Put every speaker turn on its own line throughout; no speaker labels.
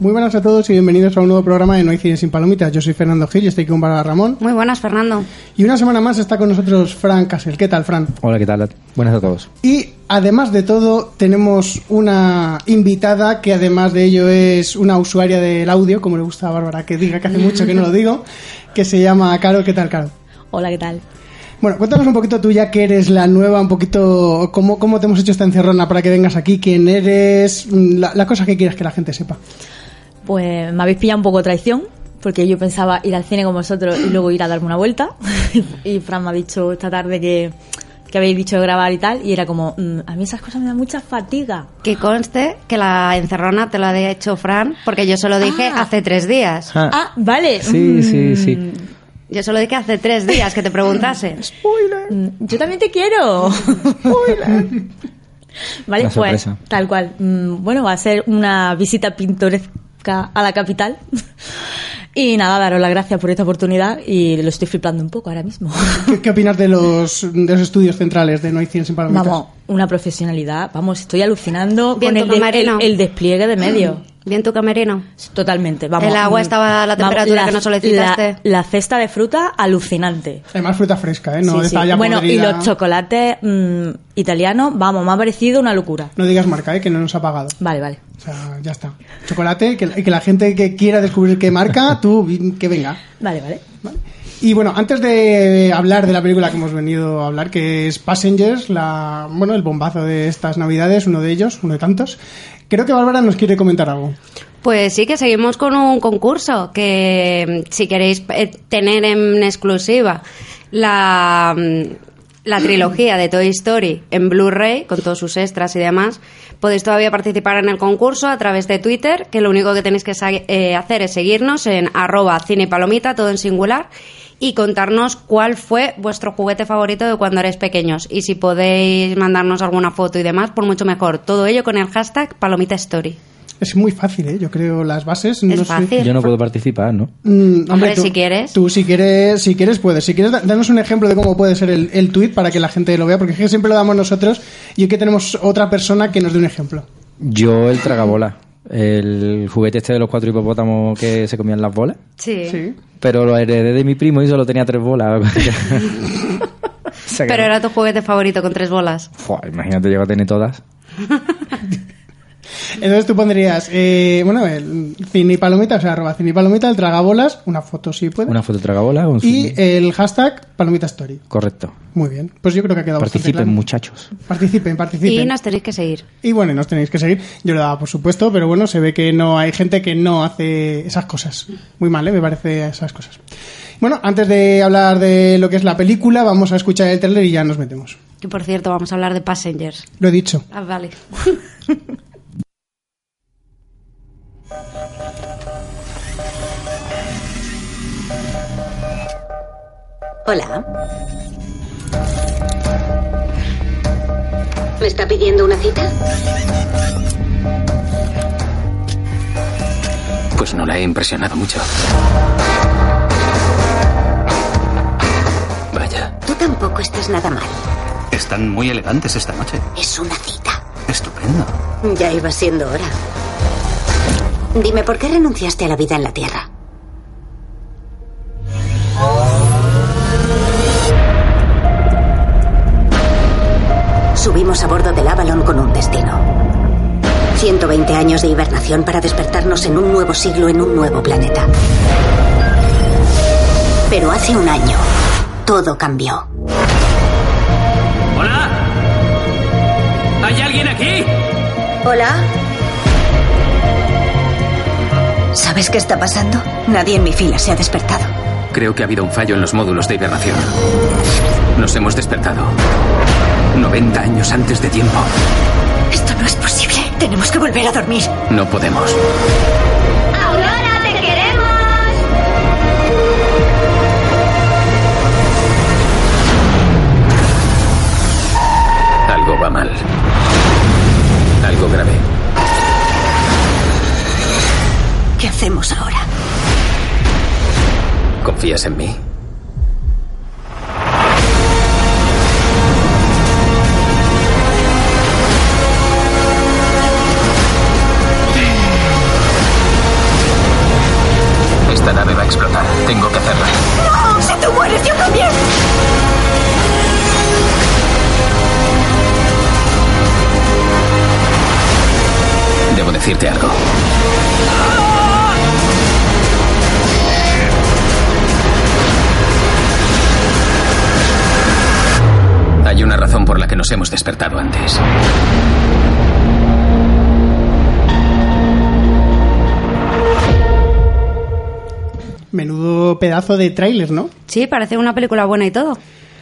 Muy buenas a todos y bienvenidos a un nuevo programa de No hay cine sin palomitas. Yo soy Fernando Gil y estoy con Bárbara Ramón.
Muy buenas, Fernando.
Y una semana más está con nosotros Fran Casel. ¿Qué tal, Fran?
Hola, ¿qué tal? Buenas a todos.
Y además de todo, tenemos una invitada que además de ello es una usuaria del audio, como le gusta a Bárbara que diga, que hace mucho que no lo digo, que se llama Caro. ¿Qué tal, Caro?
Hola, ¿qué tal?
Bueno, cuéntanos un poquito tú ya que eres la nueva, un poquito cómo, cómo te hemos hecho esta encerrona para que vengas aquí, quién eres, la, la cosa que quieras que la gente sepa.
Pues me habéis pillado un poco de traición, porque yo pensaba ir al cine con vosotros y luego ir a darme una vuelta. y Fran me ha dicho esta tarde que, que habéis dicho de grabar y tal, y era como, "Mm, a mí esas cosas me dan mucha fatiga.
Que conste que la encerrona te la ha hecho Fran, porque yo se lo dije
Ah.
hace tres días.
Ah,
Ah, vale.
sí, sí, sí.
Yo se lo dije hace tres días que te preguntase.
Mm, Yo también te quiero. vale,
Una
pues
sorpresa.
tal cual. Mm, Bueno, va a ser una visita pintoresca a la capital. y nada, daros las gracias por esta oportunidad y lo estoy flipando un poco ahora mismo.
¿Qué, qué opinas de los, de los estudios centrales de No hay cine sin palomitas?
Vamos, una profesionalidad. Vamos, estoy alucinando
Bien,
con el,
tu
de-
camarero.
el- el despliegue de medios.
Bien tu camerino.
Totalmente, vamos.
Mm. El agua estaba a la temperatura que nos solicitaste.
La, la cesta de fruta alucinante.
Además, fruta fresca, ¿eh? No
Sí, sí.
está ya
Bueno,
podrida.
y los chocolates mm, italianos, vamos, me ha parecido una locura.
No digas marca, ¿eh? Que no nos ha pagado.
Vale, vale.
O sea, ya está. Chocolate, que, y que la gente que quiera descubrir qué marca, tú vi- que venga.
Vale, vale.
¿vale? Y bueno, antes de hablar de la película que hemos venido a hablar, que es Passengers, la, bueno, el bombazo de estas navidades, uno de ellos, uno de tantos, creo que Bárbara nos quiere comentar algo.
Pues sí, que seguimos con un concurso que mm, si queréis eh, tener en exclusiva la, mm, la trilogía de Toy Story en Blu-ray, con todos sus extras y demás, podéis todavía participar en el concurso a través de Twitter, que lo único que tenéis que sa- eh, hacer es seguirnos en arroba cinepalomita, todo en singular, y contarnos cuál fue vuestro juguete favorito de cuando erais pequeños. Y si podéis mandarnos alguna foto y demás, por mucho mejor. Todo ello con el hashtag palomita story.
Es muy fácil, ¿eh? Yo creo las bases. no sé-
fácil.
Yo no puedo participar, ¿no?
Mm, hombre,
Hombre,
tú-
si quieres.
Tú, si quieres, si quieres, puedes. Si quieres, da- danos un ejemplo de cómo puede ser el, el tuit para que la gente lo vea, porque es que siempre lo damos nosotros y aquí tenemos otra persona que nos dé un ejemplo.
Yo el tragabola. El juguete este de los cuatro hipopótamos que se comían las bolas.
Sí.
Sí.
Pero lo heredé de mi primo y solo tenía tres bolas. O sea que-
Pero era tu juguete favorito con tres bolas.
Fua, imagínate, llego a tener todas.
Entonces tú pondrías, eh, bueno, el cine y palomita, o sea, arroba cine y palomita, el tragabolas, una foto si puede,
Una foto de tragabola. un
y eh,
zoom.
el hashtag palomita story.
Correcto.
Muy bien, pues yo creo que ha quedado bastante
Participen,
claro.
muchachos.
Participen,
Y
participen.
nos tenéis que seguir.
Y bueno, y nos tenéis que seguir. Yo lo daba por supuesto, pero bueno, se ve que no hay gente que no hace esas cosas. Muy mal, ¿eh? me parece esas cosas. Bueno, antes de hablar de lo que es la película, vamos a escuchar el trailer y ya nos metemos.
Que por cierto, vamos a hablar de Passengers.
Lo he dicho.
Ah, vale.
Hola. ¿Me está pidiendo una cita?
Pues no la he impresionado mucho. Vaya,
Tú tampoco estás nada mal.
están muy elegantes esta noche.
Es una cita.
Estupendo.
Ya iba siendo hora. Dime, ¿por qué renunciaste a la vida en la Tierra? Subimos a bordo del Avalon con un destino. 120 años de hibernación para despertarnos en un nuevo siglo en un nuevo planeta. Pero hace un año, todo cambió.
¡Hola! ¿Hay alguien aquí?
Hola. ¿Sabes qué está pasando? Nadie en mi fila se ha despertado.
Creo que ha habido un fallo en los módulos de hibernación. Nos hemos despertado. 90 años antes de tiempo.
Esto no es posible. Tenemos que volver a dormir.
No podemos.
¡Aurora, te queremos!
Algo va mal. Algo grave.
¿Qué hacemos ahora?
¿Confías en mí? Esta nave va a explotar. Tengo que hacerla.
¡No! ¡Oh, ¡Si tú mueres, yo también!
Debo decirte algo. Hay una razón por la que nos hemos despertado antes.
Menudo pedazo de tráiler, ¿no?
Sí, parece una película buena y todo.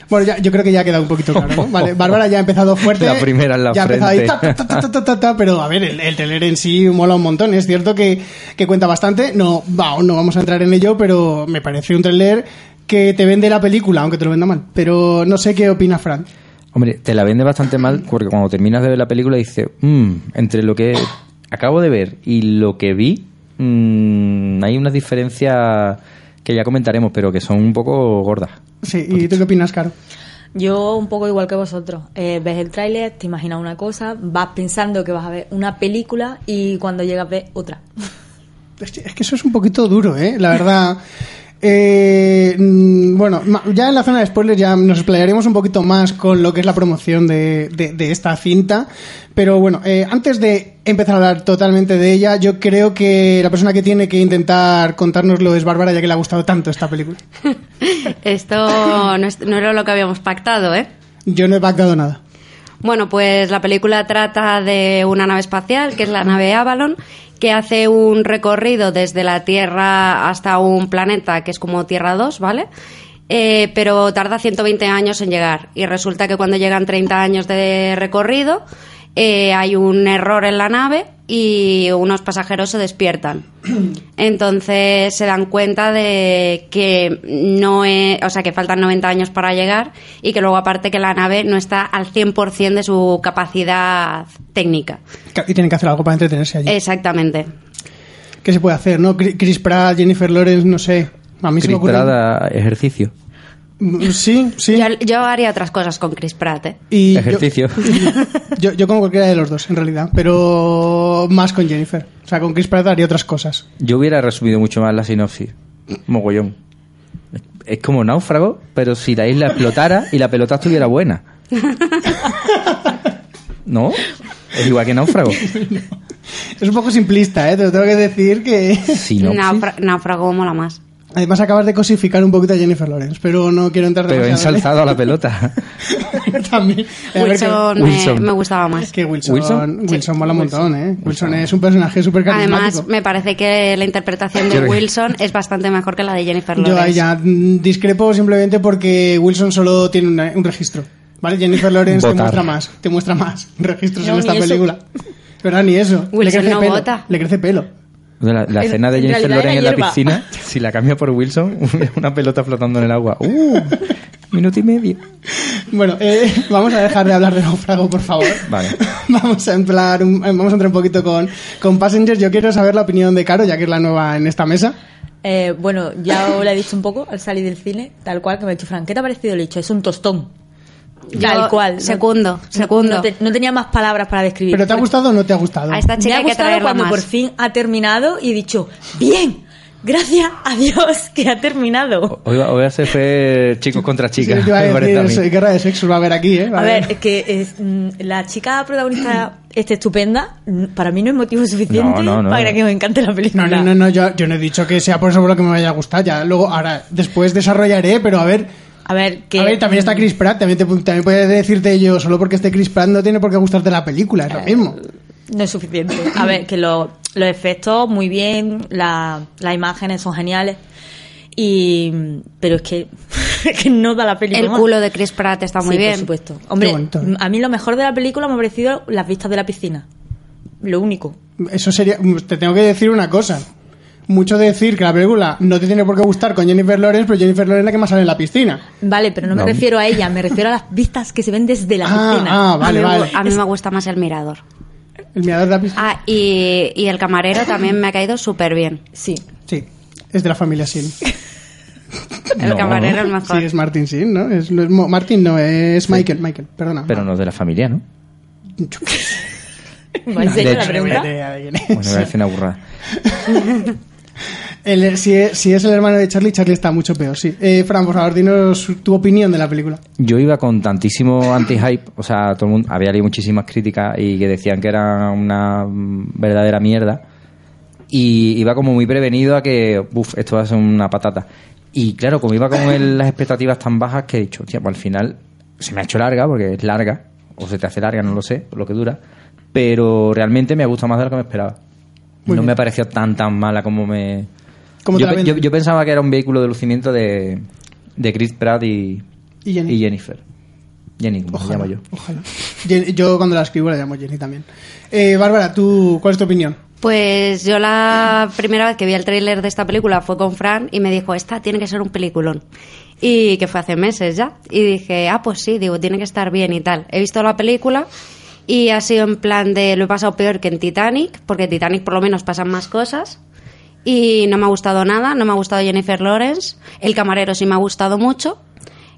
Bueno, ya, yo creo que ya ha quedado un poquito claro, ¿no? Vale, Bárbara ya ha empezado fuerte.
La primera en la
ya ha empezado
frente.
ahí, ta, ta, ta, ta, ta, ta, ta, pero a ver, el, el trailer en sí mola un montón. Es cierto que, que cuenta bastante. No, va, no vamos a entrar en ello, pero me parece un trailer que te vende la película, aunque te lo venda mal. Pero no sé qué opina Fran.
Hombre, te la vende bastante mal porque cuando terminas de ver la película dices, "Mm, entre lo que acabo de ver y lo que vi, mm, hay unas diferencias que ya comentaremos, pero que son un poco gordas.
Sí, ¿y tú qué opinas, Caro?
Yo un poco igual que vosotros. Eh, ves el tráiler, te imaginas una cosa, vas pensando que vas a ver una película y cuando llegas ves otra.
Es que es que eso es un poquito duro, ¿eh? La verdad. Eh, mm, bueno, ma- ya en la zona de spoilers ya nos explayaremos un poquito más con lo que es la promoción de, de- de esta cinta. Pero bueno, eh, antes de empezar a hablar totalmente de ella, yo creo que la persona que tiene que intentar contárnoslo es Bárbara, ya que le ha gustado tanto esta película.
Esto no, es- no era lo que habíamos pactado, ¿eh?
Yo no he pactado nada.
Bueno, pues la película trata de una nave espacial, que es la nave Avalon, que hace un recorrido desde la Tierra hasta un planeta que es como Tierra 2, ¿vale? Eh, pero tarda 120 años en llegar. Y resulta que cuando llegan 30 años de recorrido, eh, hay un error en la nave y unos pasajeros se despiertan. Entonces se dan cuenta de que no es, o sea, que faltan 90 años para llegar y que luego aparte que la nave no está al 100% de su capacidad técnica.
Ca- Y tienen que hacer algo para entretenerse allí.
Eh. Exactamente.
¿Qué se puede hacer, no? Cri- Chris Pratt, Jennifer Lawrence, no sé. A mí se me ocurre.
Cristrada, ejercicio.
Mm, Sí, sí.
Yo, yo haría otras cosas con Chris Pratt, ¿eh?
Y yo-
Ejercicio.
Yo, yo con cualquiera de los dos, en realidad, pero más con Jennifer. O sea, con Chris Pratt haría otras cosas.
Yo hubiera resumido mucho más la sinopsis. Mogollón. Es como náufrago, pero si la isla explotara y la pelota estuviera buena. ¿No? Es igual que náufrago.
Es un poco simplista, ¿eh? Te lo tengo que decir que...
Sinopsis.
Naufra- Náufrago mola más.
Además acabas de cosificar un poquito a Jennifer Lawrence, pero no quiero entrar
Pero he
demasiado, ¿eh?
ensalzado a la pelota.
También. A ver,
Wilson,
que-
me-
Wilson.
Me, gustaba más.
que- que Wilson,
¿Wilson?
Wilson, mola un montón, ¿eh? Wilson,
Wilson.
es un personaje súper carismático.
Además, me parece que la interpretación de
Quiero que-
Wilson es bastante mejor que la de Jennifer
Yo
Lawrence.
ahí ya mm, discrepo simplemente porque Wilson solo tiene una- un registro. ¿Vale? Jennifer Lawrence te
Votar.
muestra más, te muestra más registros
No,
en esta
ni eso.
película. Pero ni eso. le
Wilson
crece
no
pelo.
vota.
Le crece pelo.
La, la
En-
escena de
en
Jennifer
realidad
Lawrence
era
en la
hierba.
piscina, si la cambia por Wilson, una pelota flotando en el agua. ¡Uh! Minuto y medio.
Bueno, eh, vamos a dejar de hablar de náufrago, por favor.
Vale.
Vamos a, emplear un- eh, vamos a entrar un poquito con, con Passengers. Yo quiero saber la opinión de Caro, ya que es la nueva en esta mesa.
Eh, bueno, ya os lo he dicho un poco al salir del cine, tal cual que me he dicho, Fran, ¿qué te ha parecido el hecho? Es un tostón.
Yo,
Tal cual. No-
secundo,
no-
secundo.
No, te- no tenía más palabras para describir.
¿Pero te ha gustado o no te ha gustado?
pues A esta chica
me ha
hay que
gustado
traerla
cuando
más.
por fin ha terminado y he dicho, bien, gracias a Dios que ha terminado.
Hoy, va- hoy se fue chicos contra
Sí,
chicas.
te iba a
me parece
decir,
a mí.
¿eh? Oh, soy guerra de sexos va a haber aquí, ¿eh? Va
A ver, es que es, mm, la chica protagonista esté estupenda, n- para mí no es motivo suficiente
No, no, no.
para que me encante la
No,
película.
no, no, no, yo, yo no he dicho que sea por eso por lo que me vaya a gustar. Ya luego, ahora, después desarrollaré, pero a ver.
A ver, que...
A ver, también está Chris Pratt, también, te, pu- también puedes decirte yo, solo porque esté Chris Pratt no tiene por qué gustarte la película,
Eh.
es lo mismo.
No es suficiente. A ver, que lo- los efectos muy bien, la- las imágenes son geniales. Y, pero es que, que no da la película.
El
más.
culo de Chris Pratt está muy
Sí,
bien.
Por supuesto. Hombre,
Qué bonito.
a mí lo mejor de la película me ha parecido las vistas de la piscina. Lo único.
Eso sería. mm, Te tengo que decir una cosa. Mucho decir que la película no te tiene por qué gustar con Jennifer Lawrence, pero Jennifer Lawrence es la que más sale en la piscina.
Vale, pero no me
No.
refiero a ella, me refiero a las vistas que se ven desde la
Ah,
piscina.
ah, vale,
a mí, me-
vale.
a mí me gusta más el mirador.
El mirador de la piscina.
Ah, y, y el camarero también me ha caído súper bien.
Sí.
Sí, es de la familia Sin. Sí,
El
No.
camarero es mejor.
es Martin Sin, ¿no? Es, no es Mo- Martin no, es Michael, Michael, perdona.
Pero no es de la familia, ¿no?
Ah.
¿En serio
de
la
hecho,
Tengo
pregunta?
ni idea de quién es.
Bueno, parece una burrada.
El- si, es, si es el hermano de Charlie, Charlie está mucho peor, sí. Eh, Fran, por favor, dinos tu opinión de la película.
Yo iba con tantísimo anti-hype, o sea, todo el mundo, había leído muchísimas críticas y que decían que era una mm, verdadera mierda. Y iba como muy prevenido a que, uff, esto va a ser una patata. Y claro, como iba con el- las expectativas tan bajas que he dicho, tío, pues al final se me ha hecho larga, porque es larga, o se te hace larga, no lo sé, lo que dura. Pero realmente me ha gustado más de lo que me esperaba.
Muy
no
bien.
me ha parecido tan, tan mala como me.
¿Cómo te
yo,
la
pe-
venden?
yo- yo pensaba que era un vehículo de lucimiento de, de Chris Pratt y,
Y Jenny.
y Jennifer. Jenny, como se
Ojalá,
llama yo.
ojalá. Jen- Yo cuando la escribo la llamo Jenny también. Eh, Bárbara, ¿tú, ¿cuál es tu opinión?
Pues yo la primera vez que vi el tráiler de esta película fue con Fran y me dijo, esta tiene que ser un peliculón. Y que fue hace meses ya. Y dije, ah, pues sí, digo, tiene que estar bien y tal. He visto la película y ha sido en plan de, lo he pasado peor que en Titanic, porque en Titanic por lo menos pasan más cosas. Y no me ha gustado nada, no me ha gustado Jennifer Lawrence. El camarero sí me ha gustado mucho.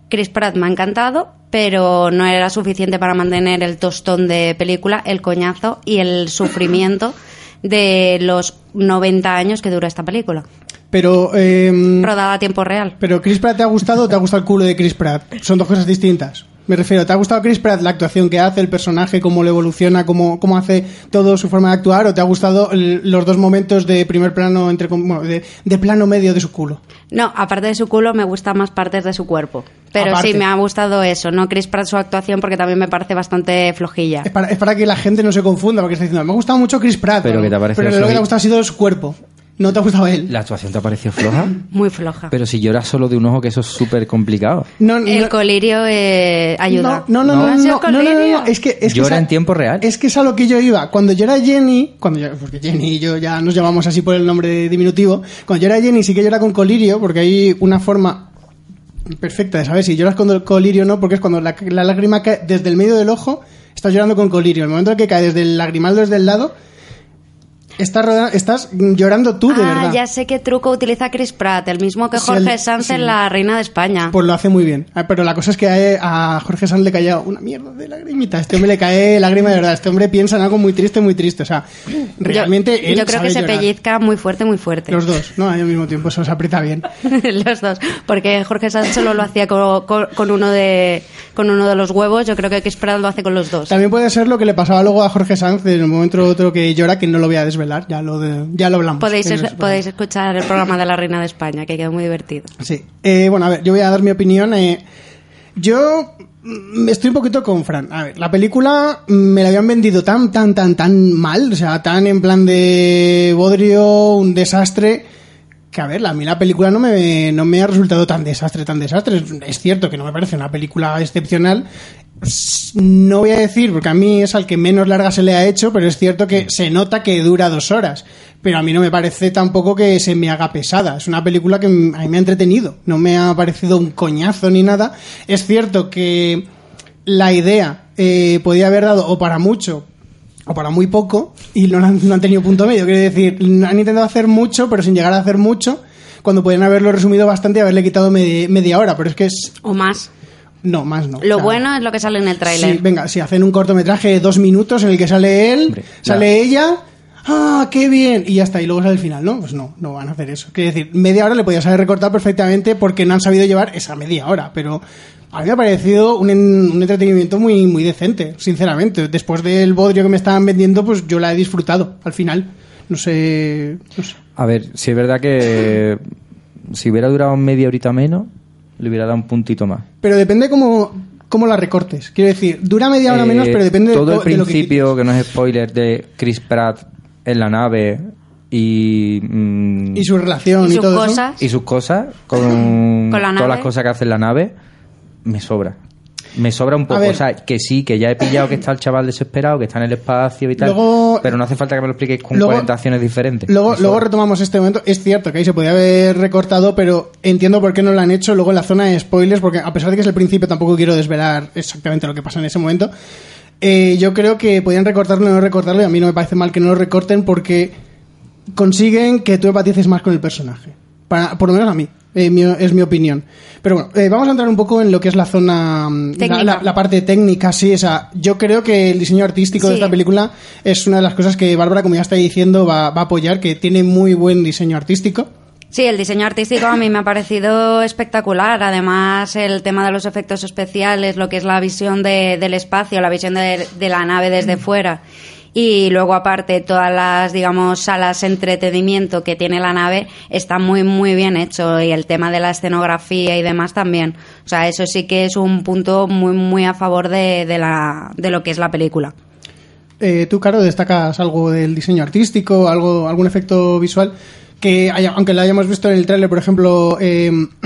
Chris Pratt me ha encantado, pero no era suficiente para mantener el tostón de película, el coñazo y el sufrimiento de los 90 años que dura esta película.
Pero, eh,
Rodada a tiempo real.
pero Chris Pratt te ha gustado o te ha gustado el culo de Chris Pratt? Son dos cosas distintas. Me refiero, ¿te ha gustado Chris Pratt la actuación que hace, el personaje, cómo lo evoluciona, cómo, cómo hace todo su forma de actuar? ¿O te ha gustado el- los dos momentos de primer plano, entre com- bueno, de, de plano medio de su culo?
No, aparte de su culo, me gustan más partes de su cuerpo. Pero
Aparte.
sí, me ha gustado eso, no Chris Pratt su actuación, porque también me parece bastante flojilla.
Es para, es para que la gente no se confunda, porque está diciendo, me ha gustado mucho Chris Pratt.
Pero que te ha parecido
pero lo que te ha
flojo.
gustado ha sido su cuerpo. No te ha gustado él.
La actuación te ha parecido floja,
Muy
Ah.
floja.
pero si lloras solo de un ojo, que eso es súper complicado.
No, no,
El colirio eh, ayuda.
No, no, no, no,
¿Ha
no,
sido
no, no, no,
colirio?
no, es que es que
Llora
esa-
en tiempo real.
Es que es a lo que yo iba. Cuando yo era Jenny, cuando yo, porque Jenny y yo ya nos llamamos así por el nombre diminutivo, cuando yo era Jenny sí que yo era con colirio, porque hay una forma perfecta de saber si lloras con el colirio o no, porque es cuando la, la lágrima cae desde el medio del ojo, estás llorando con colirio. El momento en que cae desde el lagrimal desde el lado, estás, roda- estás llorando tú de
ah,
verdad.
ya sé qué truco utiliza Chris Pratt, el mismo que
Sí,
Jorge
el-
Sanz
sí.
en La Reina de España.
Pues lo hace muy bien. Ah, Pero la cosa es que a, a Jorge Sanz le caía una mierda de lagrimita. Este hombre le cae lágrima de verdad. Este hombre piensa en algo muy triste, muy triste. O sea, realmente
yo,
él
yo creo
sabe
que se
llorar.
pellizca muy fuerte, muy fuerte.
Los dos, ¿no? Al mismo tiempo, eso se aprieta bien.
Pues Los dos. Porque Jorge Sanz solo lo hacía co- co- con, uno de con uno de los huevos, yo creo que Chris Pratt lo hace con los dos.
También puede ser lo que le pasaba luego a Jorge Sanz en el momento u otro que llora, que no lo voy a desvelar. Ya lo, de- ya lo hablamos.
Podéis,
En ese
es- podéis escuchar el programa de La Reina de España, que quedó muy divertido.
Sí. Eh, bueno, a ver, yo voy a dar mi opinión. eh. yo mm, estoy un poquito con Fran. A ver, la película mm, me la habían vendido tan, tan, tan, tan mal, o sea, tan en plan de bodrio, un desastre. Que a ver, a mí la película no me, no me ha resultado tan desastre, tan desastre. Es cierto que no me parece una película excepcional. S- No voy a decir, porque a mí es al que menos larga se le ha hecho, pero es cierto que se nota que dura dos horas. Pero a mí no me parece tampoco que se me haga pesada. Es una película que m- a mí me ha entretenido. No me ha parecido un coñazo ni nada. Es cierto que la idea eh, podía haber dado o para mucho o para muy poco y no han, no han tenido punto medio. Quiero decir, han intentado hacer mucho, pero sin llegar a hacer mucho, cuando podían haberlo resumido bastante y haberle quitado medi- media hora. Pero es que es.
O más.
No, más no.
Lo
O sea,
bueno es lo que sale en el tráiler.
Sí, venga, si hacen un cortometraje de dos minutos en el que sale él,
Hombre,
sale
nada.
ella, ¡ah, qué bien! Y ya está, y luego sale el final, ¿no? Pues no, no van a hacer eso. Quiero decir, media hora le podías haber recortado perfectamente porque no han sabido llevar esa media hora, pero A mí me ha parecido un, en- un entretenimiento muy, muy decente, sinceramente. Después del bodrio que me estaban vendiendo, pues yo la he disfrutado al final. No sé. no sé.
A ver, si es verdad que si hubiera durado media horita menos, le hubiera dado un puntito más.
Pero depende cómo, cómo la recortes. Quiero decir, dura media hora
Eh,
menos, pero depende de
todo el
co- de lo que
principio, que, no es spoiler, de Chris Pratt en la nave y, mm,
quites. Y su relación
Y
y,
sus
todo eso.
cosas.
y sus cosas, con,
Con la nave.
todas las cosas que hace en la nave, me sobra. Me sobra un poco.
ver.
O sea, que sí, que ya he pillado que está el chaval desesperado, que está en el espacio y tal.
Luego-
pero no hace falta que me lo expliques con
Luego-
40 acciones diferentes.
Luego,
Me
luego
sobra.
retomamos este momento. Es cierto que ahí se podía haber recortado, pero entiendo por qué no lo han hecho. Luego en la zona de spoilers, porque a pesar de que es el principio, tampoco quiero desvelar exactamente lo que pasa en ese momento. Eh, yo creo que podían recortarlo o no recortarlo, y a mí no me parece mal que no lo recorten porque consiguen que tú empatices más con el personaje. Para, por lo menos a mí, eh, mi- es mi opinión. Pero bueno, eh, vamos a entrar un poco en lo que es la zona, mm, la,
Técnica.
la- la parte técnica, sí. O sea, yo creo que el diseño artístico de
Sí.
esta película es una de las cosas que Bárbara, como ya está diciendo, va, va a apoyar, que tiene muy buen diseño artístico.
Sí, el diseño artístico a mí me ha parecido espectacular. Además, el tema de los efectos especiales, lo que es la visión de- del espacio, la visión de, de la nave desde fuera. Y luego, aparte, todas las, digamos, salas de entretenimiento que tiene la nave está muy, muy bien hecho. Y el tema de la escenografía y demás también. O sea, eso sí que es un punto muy, muy a favor de, de la, de lo que es la película.
Eh, tú, Caro, destacas algo del diseño artístico, algo, algún efecto visual que, haya- aunque lo hayamos visto en el tráiler, por ejemplo, eh,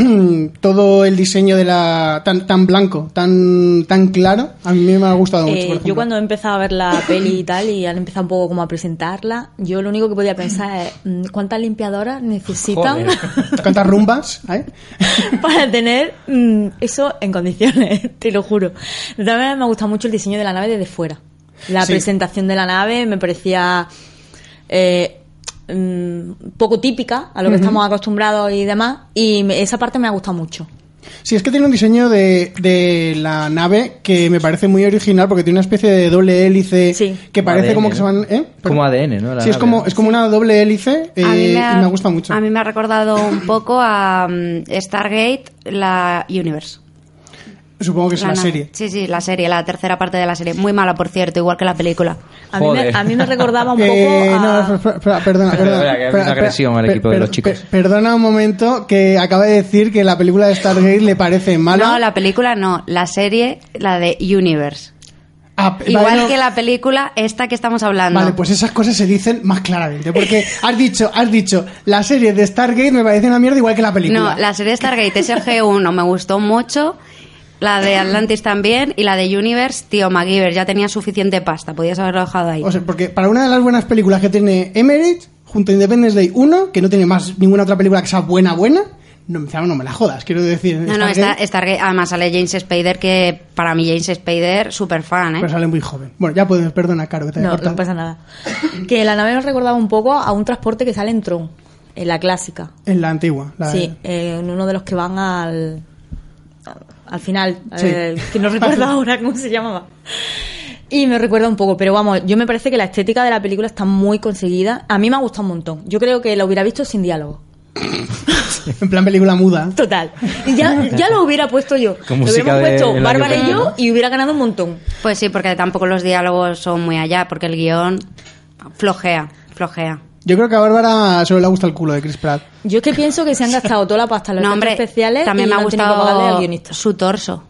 todo el diseño de la tan, tan blanco, tan tan claro, a mí me ha gustado mucho.
Eh,
por ejemplo.
yo cuando he empezado a ver la peli y tal, y han empezado un poco como a presentarla, yo lo único que podía pensar es mm, cuántas limpiadoras necesitan
Cantas rumbas, ¿eh?
para tener mm, eso en condiciones, te lo juro. De todas maneras, me ha gustado mucho el diseño de la nave desde fuera. La
Sí.
presentación de la nave me parecía eh, mm, poco típica a lo que estamos acostumbrados y demás, y me- esa parte me ha gustado mucho.
Sí, es que tiene un diseño de, de la nave que me parece muy original porque tiene una especie de doble hélice
Sí.
que
Como
parece
ADN,
como que se
¿no?
van... ¿eh?
Como ADN, ¿no? La
sí, es
nave,
como,
¿no?
es como una doble hélice eh,
A mí
y me gusta mucho.
A mí me ha recordado un poco a mm, Stargate, la Universe.
Supongo que es
La
la
nave.
serie.
Sí, sí, la serie, la tercera parte de la serie. Muy mala, por cierto, igual que la película.
A mí, me,
Joder.
a mí me recordaba un poco
Eh,
a...
no, espera, espera, perdona,
Espera,
perdona.
espera, que hay una agresión al
per-
equipo de
per-
los chicos.
per- Perdona un momento que acaba de decir que la película de Stargate le parece mala.
No, la película no, la serie, la de Universe.
Ah,
Igual
bueno,
que la película esta que estamos hablando.
Vale, pues esas cosas se dicen más claramente, porque has dicho, has dicho, la serie de Stargate me parece una mierda igual que la película.
No, la serie de Stargate SG1 me gustó mucho. La de Atlantis también y la de Universe, tío MacGyver, ya tenía suficiente pasta, podías haberlo dejado ahí.
O sea, porque para una de las buenas películas que tiene Emmerich, junto a Independence Day 1, que no tiene más ninguna otra película que sea buena, buena, no, me- no me la jodas, quiero decir.
no, no,
Stargate,
está, ¿eh? Stargate, además sale James Spader, que para mí James Spader, super fan, ¿eh?
Pero sale muy joven. Bueno, ya puedes, perdona, Caro, que te haya
No,
cortado.
no pasa nada. Que la nave nos recordaba un poco a un transporte que sale en Tron, en la clásica.
En la antigua. la-
Sí, eh, en uno de los que van al al final,
Sí.
eh, que no recuerdo ahora cómo se llamaba. Y me recuerda un poco, pero vamos, yo me parece que la estética de la película está muy conseguida. A mí me ha gustado un montón. Yo creo que la hubiera visto sin diálogo.
En plan película muda.
Total. Y ya, ya lo hubiera puesto yo.
Con
lo
música
hubiéramos
de-
puesto
en la
Bárbara y yo
biblioteca.
y hubiera ganado un montón.
Pues sí, porque tampoco los diálogos son muy allá, porque el guión flojea, flojea.
Yo creo que a Bárbara solo le gusta el culo de Chris Pratt.
Yo es que pienso que se han gastado toda la pasta en los
no, hombre,
efectos especiales
también
y
me ha
no han tenido que pagarle al
gustado
guionista.
su torso.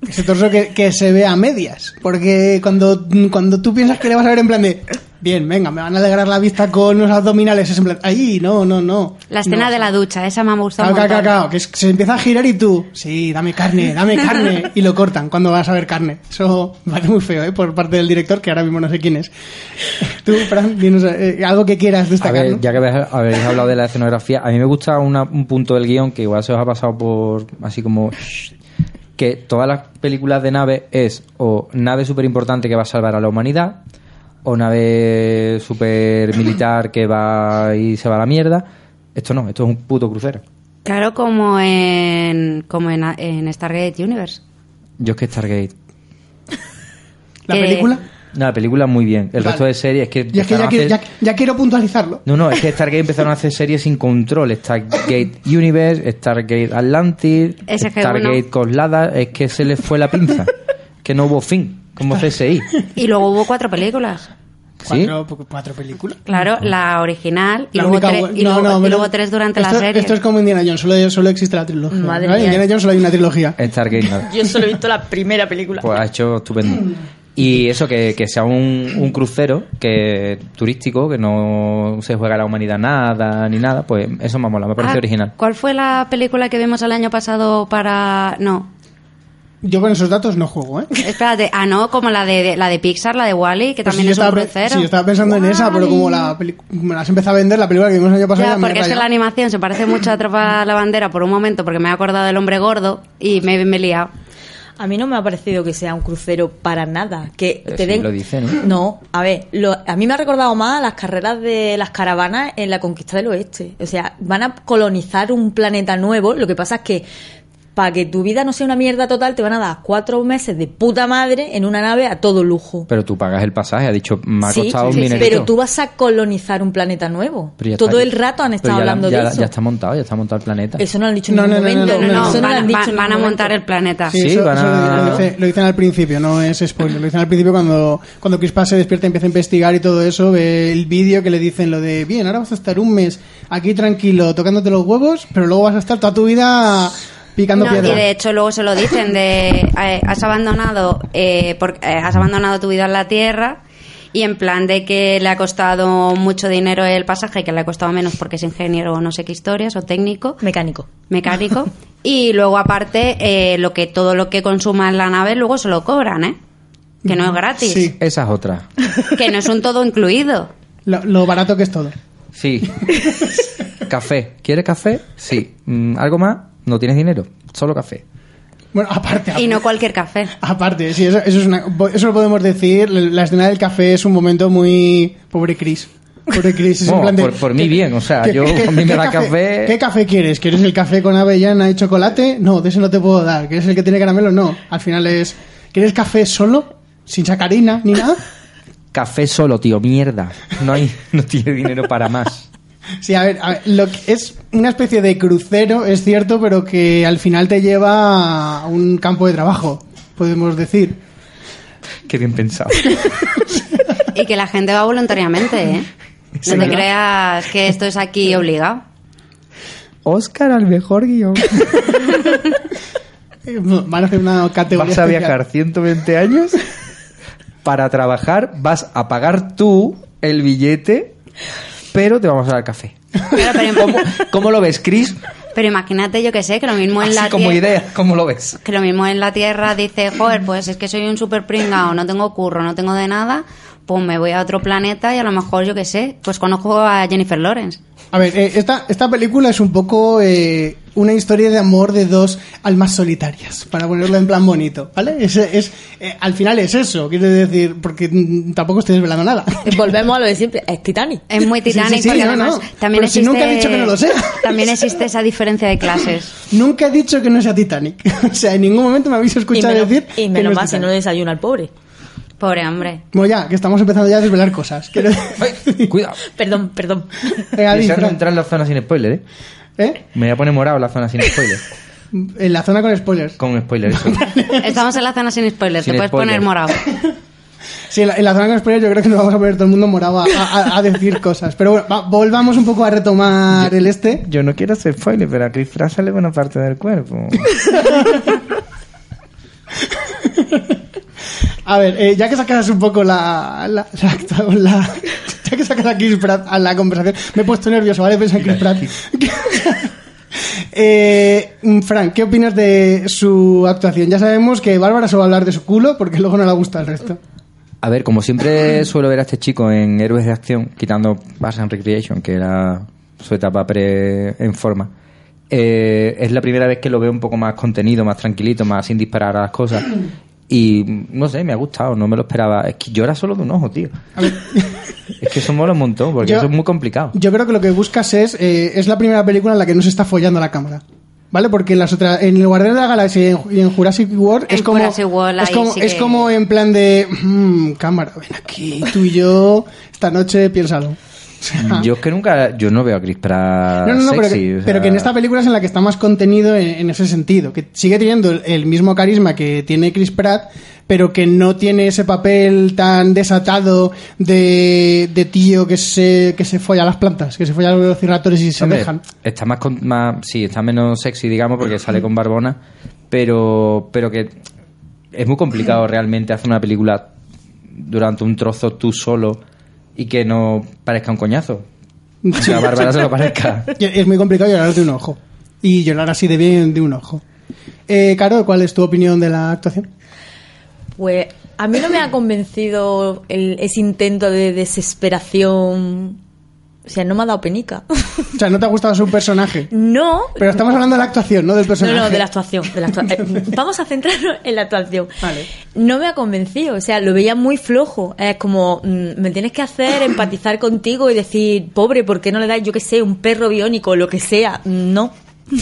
Ese torso que, que se ve a medias. Porque cuando, cuando tú piensas que le vas a ver en plan de. Bien, venga, me van a alegrar la vista con los abdominales. Es en plan. Ahí, no, no, no.
La escena
No.
de la ducha, esa me ha gustado
Cao, cao,
un
cao,
montón.
cao, que es- se empieza a girar y tú, sí, dame carne, dame carne, y lo cortan cuando vas a ver carne. Eso me parece muy feo, ¿eh? Por parte del director, que ahora mismo no sé quién es. Tú, Fran, dinos, eh, algo que quieras
A
destacar,
ver,
¿no?
ya que habéis, habéis hablado de la escenografía, a mí me gusta una- un punto del guión que igual se os ha pasado por así como que todas las películas de nave es o nave súper importante que va a salvar a la humanidad o nave súper militar que va y se va a la mierda. Esto no, esto es un puto crucero.
Claro, como en, como en, en Stargate Universe.
Yo es que Stargate.
¿La
Que-
película?
No, la película muy bien. Eh, El
Vale.
resto de series es que.
Y es que
empezaron
ya,
a
qui-
hacer-
ya- ya quiero puntualizarlo.
No, no, es que Stargate empezaron a hacer series sin control. Stargate Universe, Stargate Atlantis,
Ese que
Stargate
uno.
Coslada. Es que se les fue la pinza. que no hubo fin, como CSI.
Y luego hubo cuatro películas.
¿Sí?
Cuatro, cuatro películas.
Claro, la original y
La
luego,
única
tres,
bu-
y
no,
luego-
no,
y
pero-
luego tres durante
esto,
la serie.
Esto es como Indiana Jones, solo, solo existe la trilogía.
Madre
¿vale?
mía.
Indiana Jones solo hay una trilogía.
Stargate no.
Yo solo he visto la primera película.
Pues ha hecho estupendo. Y eso, que, que sea un, un crucero que turístico, que no se juega a la humanidad nada ni nada, pues eso me mola, me parece
Ah,
original.
¿Cuál fue la película que vimos el año pasado para.? No.
Yo con esos datos no juego, ¿eh?
Espérate, ah, no, como la de, de- la de Pixar, la de Wally, que
Pero
también
si yo
es un
estaba pe-
crucero.
Pues sí, yo estaba pensando en esa, pero como la peli- me las empecé a vender, la película que vimos el año pasado
Ya,
ya me
porque es que
rayó.
la animación se parece mucho a Tropa la Bandera por un momento, porque me he acordado del hombre gordo y me, me he liado.
A mí no me ha parecido que sea un crucero para nada. Que
Pero
te
sí
den...
lo dice, ¿no?
a ver, lo- a mí me ha recordado más a las carreras de las caravanas en la conquista del oeste. O sea, van a colonizar un planeta nuevo. Lo que pasa es que para que tu vida no sea una mierda total, te van a dar cuatro meses de puta madre en una nave a todo lujo.
Pero tú pagas el pasaje, ha dicho, me ha
Sí,
costado
sí,
un
sí,
dinerito.
pero tú vas a colonizar un planeta nuevo.
Pero ya está,
Todo
ya-
el rato han
pero
estado
ya la-
hablando
ya,
de eso.
Ya está montado, ya está montado el planeta.
Eso no lo han dicho en
No,
ningún
no, no, no, no,
momento.
no,
Eso no lo
van,
han dicho en
van- van a
ningún
montar
momento.
el planeta.
Sí,
eso-
van
eso
a-
lo, dice- lo dicen al principio, no es spoiler. Lo dicen al principio cuando, cuando Crispa se despierta y empieza a investigar y todo eso, ve el vídeo que le dicen lo de, bien, ahora vas a estar un mes aquí tranquilo tocándote los huevos, pero luego vas a estar toda tu vida picando
No, y
piedra.
de hecho luego se lo dicen de eh, has abandonado eh, por- eh, has abandonado tu vida en la tierra y en plan de que le ha costado mucho dinero el pasaje que le ha costado menos porque es ingeniero o no sé qué historias o técnico
Mecánico.
mecánico y luego aparte eh, lo que todo lo que consuma en la nave luego se lo cobran eh que no es gratis
Sí.
Esa es otra.
que no es un todo incluido
Lo, lo barato que es todo.
Sí. café. ¿Quieres café? Sí. Mm, ¿Algo más? No tienes dinero. Solo café.
Bueno, aparte.
y no
aparte.
cualquier café
Aparte, sí, eso, eso es una- eso lo podemos decir. La escena del café es un momento muy. Pobre Chris. Pobre Chris. es en
Bueno,
plan de-
por- por mí bien, o sea, yo- a mí me da café-
¿Qué café quieres? ¿Quieres el café con avellana y chocolate? No, de ese no te puedo dar. ¿Quieres el que tiene caramelo? No. Al final es. ¿Quieres café solo? Sin sacarina ni nada.
Café solo, tío. Mierda. No hay, no tiene dinero para más.
Sí, a ver, a ver, lo que es una especie de crucero, es cierto, pero que al final te lleva a un campo de trabajo, podemos decir.
Qué bien pensado.
y que la gente va voluntariamente eh no te creas que esto es aquí obligado
Oscar al mejor guión.
Eh, Van a hacer una categoría.
Vas a
especial.
viajar 120 años para trabajar, vas a pagar tú el billete, pero te vamos a dar café.
Pero, pero-
¿Cómo, cómo lo ves, Chris?
Pero imagínate, yo que sé, que lo mismo en la
Así como
tierra.
idea, ¿cómo lo ves?
Que lo mismo en la tierra dice, joder, pues es que soy un super pringao, no tengo curro, no tengo de nada, pues me voy a otro planeta y a lo mejor, yo que sé, pues conozco a Jennifer Lawrence.
A ver, eh, esta, esta película es un poco eh, una historia de amor de dos almas solitarias, para ponerlo en plan bonito, ¿vale? Es, es, eh, al final es eso, quiero decir, porque mm, tampoco estoy desvelando nada.
Volvemos a lo de siempre. Es Titanic.
Es muy
Sí, sí,
Titanic,
sí,
porque
no,
además
no.
también
Pero si
existe...
nunca he dicho que no lo sé.
También existe esa diferencia de clases.
Nunca he dicho que no sea Titanic, o sea, en ningún momento me habéis
Y
escuchado
menos-
decir
y
que no
menos
es
más si no
Titanic.
desayuna al pobre.
Pobre hombre.
Bueno, ya, que estamos empezando ya a desvelar cosas. Quiero
Ay,
decir-
cuidado.
Perdón, perdón.
Venga, di,
Deseando
Fran.
entrar en la zona sin spoiler, ¿eh?
¿Eh?
Me voy a poner morado en la zona sin spoiler.
En la zona con spoilers.
Con spoiler, eso.
Estamos en la zona sin spoilers,
Sin
te puedes
spoilers.
poner morado.
Sí, en la, en la zona con spoilers yo creo que nos vamos a poner todo el mundo morado a, a- a decir cosas. Pero bueno, va, volvamos un poco a retomar el este.
Yo no quiero hacer spoiler, pero a Chris Pratt sale buena parte del cuerpo.
A ver, eh, ya que sacas un poco la, la, la- la- Ya que sacas a Chris Pratt a la conversación, me he puesto nervioso, ¿vale? Pensé en Chris Pratt. Eh, Frank, ¿qué opinas de su actuación? Ya sabemos que Bárbara solo va a hablar de su culo porque luego no le gusta el resto.
A ver, como siempre suelo ver a este chico en Héroes de Acción, quitando Bass and Recreation, que era su etapa pre en forma, eh, es la primera vez que lo veo un poco más contenido, más tranquilito, más sin disparar a las cosas. Y no sé, me ha gustado, no me lo esperaba. Es que llora solo de un ojo, tío. Es que eso mola un montón, porque
Yo-
eso es muy complicado.
Yo creo que lo que buscas es. eh, es la primera película en la que no se está follando la cámara. ¿vale? Porque en las otras, en el Guardián de la Galaxia y en, y en Jurassic World
En
es como,
Jurassic World
es,
ahí
como
sí
es
que-
como en plan de "Mm, cámara, ven aquí, tú y yo, esta noche piénsalo. O sea,
Yo es que nunca. Yo no veo a Chris Pratt.
no, no, no, pero,
sexy,
que,
o sea,
pero que en esta película es en la que está más contenido e-, en, en ese sentido, que sigue teniendo el, el mismo carisma que tiene Chris Pratt, pero que no tiene ese papel tan desatado de, de tío que se, que se folla a las plantas, que se folla a los velociraptores y se
hombre,
dejan.
Está más, con- más. Sí, está menos sexy, digamos, porque sale con Barbona. Pero, pero que es muy complicado realmente hacer una película durante un trozo tú solo y que no parezca un coñazo. Que a Bárbara se lo parezca.
Y Es muy complicado llorar de un ojo. Y llorar así de bien de un ojo. Eh, Caro, ¿cuál es tu opinión de la actuación?
Pues a mí no me ha convencido el- ese intento de desesperación. O sea, no me ha dado penica.
O sea, ¿no te ha gustado su personaje?
no.
Pero estamos hablando de la actuación, no del
No,
personaje.
no, de la actuación. de la actua- eh, Vamos a centrarnos en la actuación.
Vale.
No me ha convencido, o sea, lo veía muy flojo. Es como, mm, me tienes que hacer empatizar contigo y decir, pobre, ¿por qué no le das, yo qué sé, un perro biónico o lo que sea? No.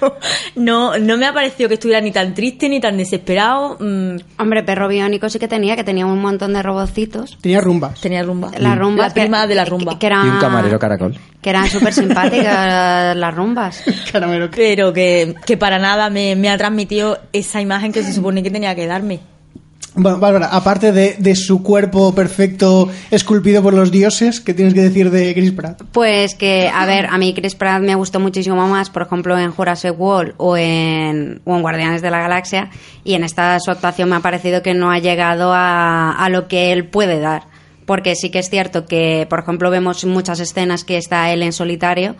no, no, no me ha parecido que estuviera ni tan triste ni tan desesperado. mm,
Hombre, perro biónico sí que tenía, que tenía un montón de robocitos.
Tenía rumbas.
tenía rumba.
Las rumbas.
Mm. La prima
que-
de la rumba.
Que, que era-
Y un camarero caracol.
Que eran súper simpáticas las rumbas.
Caramelo.
Pero que, que para nada me, me ha transmitido esa imagen que se supone que tenía que darme.
Bueno, Bárbara, aparte de, de su cuerpo perfecto esculpido por los dioses, ¿qué tienes que decir de Chris Pratt?
Pues que, a ver, a mí Chris Pratt me gustó muchísimo más, por ejemplo, en Jurassic World o en, o en Guardianes de la Galaxia, y en esta su actuación me ha parecido que no ha llegado a, a lo que él puede dar. Porque sí que es cierto que, por ejemplo, vemos muchas escenas que está él en solitario,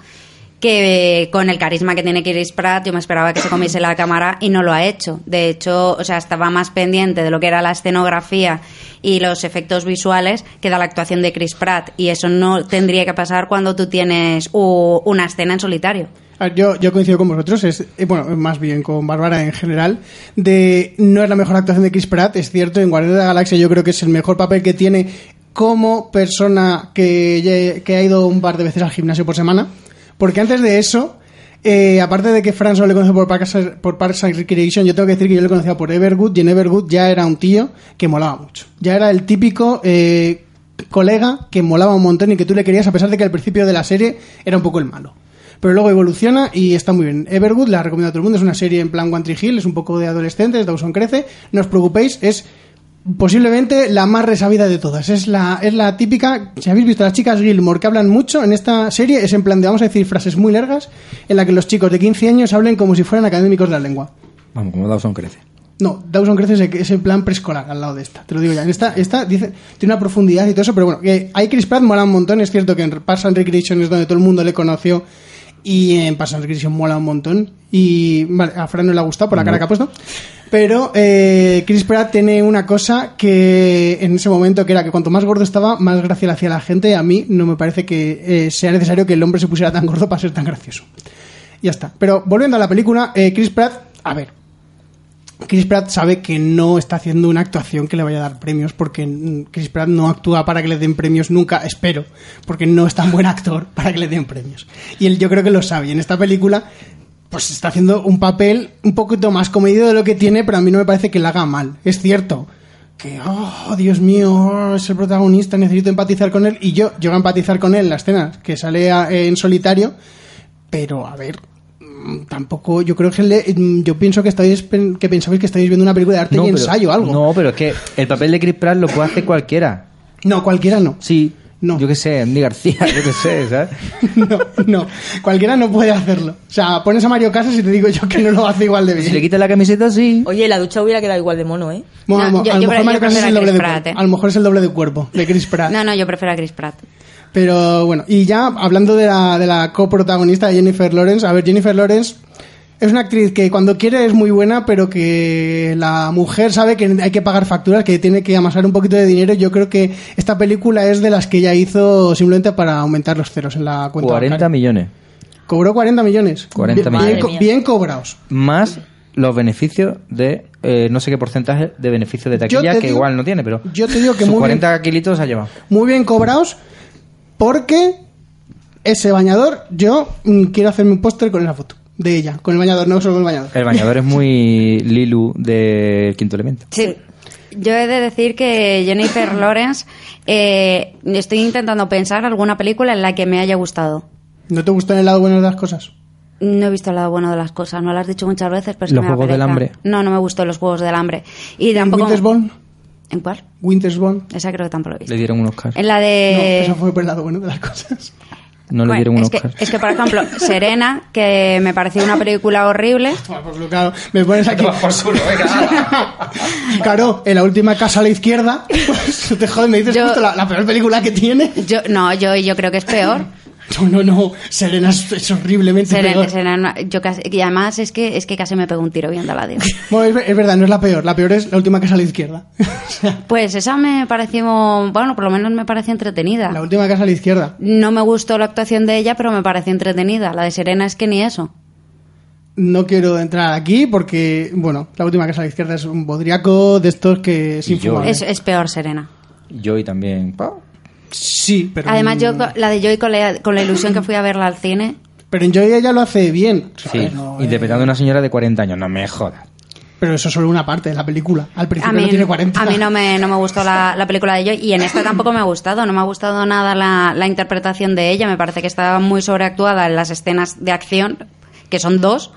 que eh, con el carisma que tiene Chris Pratt yo me esperaba que se comiese la cámara y no lo ha hecho. De hecho, o sea, estaba más pendiente de lo que era la escenografía y los efectos visuales que da la actuación de Chris Pratt y eso no tendría que pasar cuando tú tienes u- una escena en solitario.
A ver, Yo, yo coincido con vosotros, es, eh, bueno, más bien con Bárbara en general, de no es la mejor actuación de Chris Pratt, es cierto, en Guardianes de la Galaxia yo creo que es el mejor papel que tiene como persona que, lle- que ha ido un par de veces al gimnasio por semana, porque antes de eso, eh, aparte de que Fran solo le conoce por Parks, and- por Parks and Recreation, yo tengo que decir que yo le conocía por Evergood, y en Evergood ya era un tío que molaba mucho, ya era el típico... eh, colega que molaba un montón y que tú le querías a pesar de que al principio de la serie era un poco el malo pero luego evoluciona y está muy bien. Evergood la recomiendo a todo el mundo, es una serie en plan One Tree Hill, es un poco de adolescentes, Dawson crece, no os preocupéis, es posiblemente la más resabida de todas. Es la, es la típica, si habéis visto las chicas Gilmore que hablan mucho en esta serie, es en plan de vamos a decir frases muy largas en la que los chicos de 15 años hablen como si fueran académicos de la lengua.
Vamos, como Dawson crece.
No, Dawson Crece es el- es en plan preescolar al lado de esta, te lo digo ya. En esta, esta dice, tiene una profundidad y todo eso, pero bueno, que ahí Chris Pratt mola un montón. Es cierto que en Parks and Recreation es donde todo el mundo le conoció y en Parks and Recreation mola un montón. Y vale, a Fran no le ha gustado por la cara que ha puesto. Pero eh, Chris Pratt tiene una cosa que en ese momento que era que cuanto más gordo estaba, más gracia le hacía a la gente. A mí no me parece que eh, sea necesario que el hombre se pusiera tan gordo para ser tan gracioso. Ya está. Pero volviendo a la película, eh, Chris Pratt, a ver, Chris Pratt sabe que no está haciendo una actuación que le vaya a dar premios, porque mm, Chris Pratt no actúa para que le den premios nunca, espero, porque no es tan buen actor para que le den premios. Y él yo creo que lo sabe, y en esta película pues está haciendo un papel un poquito más comedido de lo que tiene, pero a mí no me parece que la haga mal, es cierto. Que, oh, Dios mío, oh, es el protagonista, necesito empatizar con él. Y yo llego a empatizar con él en la escena que sale a- en solitario, pero a ver mm, tampoco yo creo que le- mm, yo pienso que estáis pen- que pensabais que estáis viendo una película de arte y
pero-
ensayo algo
No, pero es que el papel de Chris Pratt lo puede hacer cualquiera.
No, cualquiera no
Sí.
No.
Yo qué sé, Andy García, yo qué sé, ¿sabes?
no no cualquiera no puede hacerlo o sea pones a Mario Casas y te digo yo que no lo hace igual de bien
Si le quitas la camiseta, sí.
Oye, la ducha hubiera quedado igual de mono, ¿eh?
Bueno, a
No,
lo-
yo-
a lo
yo
mejor
pre-
Mario
yo
Casas es el
prefiero a
doble de
Chris
cuerpo
Pratt, eh.
a lo mejor es el doble de cuerpo de Chris Pratt
No, no, yo prefiero a Chris Pratt.
Pero bueno, y ya hablando de la, de la coprotagonista de Jennifer Lawrence, a ver, Jennifer Lawrence es una actriz que cuando quiere es muy buena, pero que la mujer sabe que hay que pagar facturas, que tiene que amasar un poquito de dinero. Yo creo que esta película es de las que ella hizo simplemente para aumentar los ceros en la cuenta.
40
bancaria.
millones.
Cobró 40 millones.
40
Bien-
millones.
Bien, co-
Madre
bien cobrados.
Más los beneficios de eh, no sé qué porcentaje de beneficios de
Yo
taquilla,
te
que
digo-
igual no tiene, pero
yo te digo que
sus
muy bien-
40 kilitos ha llevado.
Muy bien cobrados porque ese bañador yo mm, quiero hacerme un póster con esa foto. de ella, con el bañador, no solo con el bañador.
El bañador es muy Lilu del quinto elemento.
Sí. Yo he de decir que Jennifer Lawrence, eh, estoy intentando pensar alguna película en la que me haya gustado.
¿No te gustan el lado bueno de las cosas?
No he visto el lado bueno de las cosas, no lo has dicho muchas veces, pero es que
Los
me da
Juegos del
pereza.
Hambre.
No, no me gustó los juegos del hambre. Y tampoco.
Wintersbone,
¿En cuál?
Wintersbone.
Esa creo que tampoco lo he visto.
Le dieron un Oscar.
En la de.
No, eso fue por el lado bueno de las cosas.
No le
Bueno,
dieron un
es, que,
Oscar.
es que, por ejemplo, Serena, que me pareció una película horrible.
Toma, por culo, claro, pues, me pones aquí.
pues,
claro, en la última casa a la izquierda, pues te jodes, me dices
Yo-
justo la, la peor película que tiene.
Yo, no, yo, yo creo que es peor.
No, no, no, Serena es, es horriblemente
Serena,
peor.
Serena- yo casi- y además es que, es que casi me pegó un tiro viéndola, tío.
Bueno, es, ver- es verdad, no es la peor, la peor es la última casa a la izquierda. O sea,
Pues esa me pareció, bueno, por lo menos me pareció
la
entretenida.
última casa a la izquierda.
No me gustó la actuación de ella, pero me pareció entretenida. La de Serena es que ni eso.
No quiero entrar aquí porque, bueno, la última casa a la izquierda es un bodriaco de estos que es
Y yo.
infumable.
Vale.
Es, es peor Serena.
Yo y también. pa.
Sí, pero. mm,
Además, yo co- la de Joy con la, con la ilusión que fui a verla al cine.
Pero en Joy ella lo hace bien.
Sí,
Joder, no, eh.
interpretando a una señora de 40 años. No me jodas.
Pero eso es solo una parte de la película. Al
A
principio
mí,
no tiene 40.
a mí no, me, no me gustó la, la película de Joy y en esta tampoco me ha gustado. No me ha gustado nada la, la interpretación de ella. Me parece que estaba muy sobreactuada en las escenas de acción, que son dos.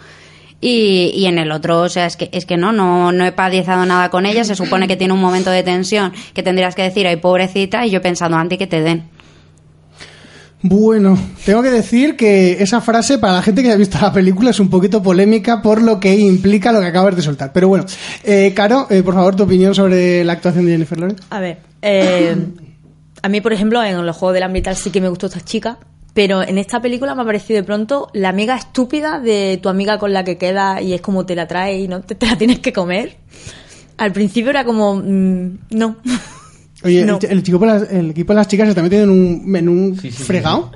Y, y en el otro, o sea, es que, es que no, no, no he padezado nada con ella. Se supone que tiene un momento de tensión que tendrías que decir, ay, pobrecita, y yo pensando, antes que te den.
Bueno, tengo que decir que esa frase para la gente que haya visto la película es un poquito polémica por lo que implica lo que acabas de soltar. Pero bueno, eh, Caro, eh, por favor, tu opinión sobre la actuación de Jennifer Lawrence.
A ver, eh, a mí, por ejemplo, en los Juegos del Hambre y tal sí que me gustó esta chica, pero en esta película me ha parecido de pronto la amiga estúpida de tu amiga con la que queda y es como te la trae y no te, te la tienes que comer. Al principio era como, mm, no.
Oye,
No.
el, el chico por las- el equipo de las chicas se está metiendo en un, en un fregado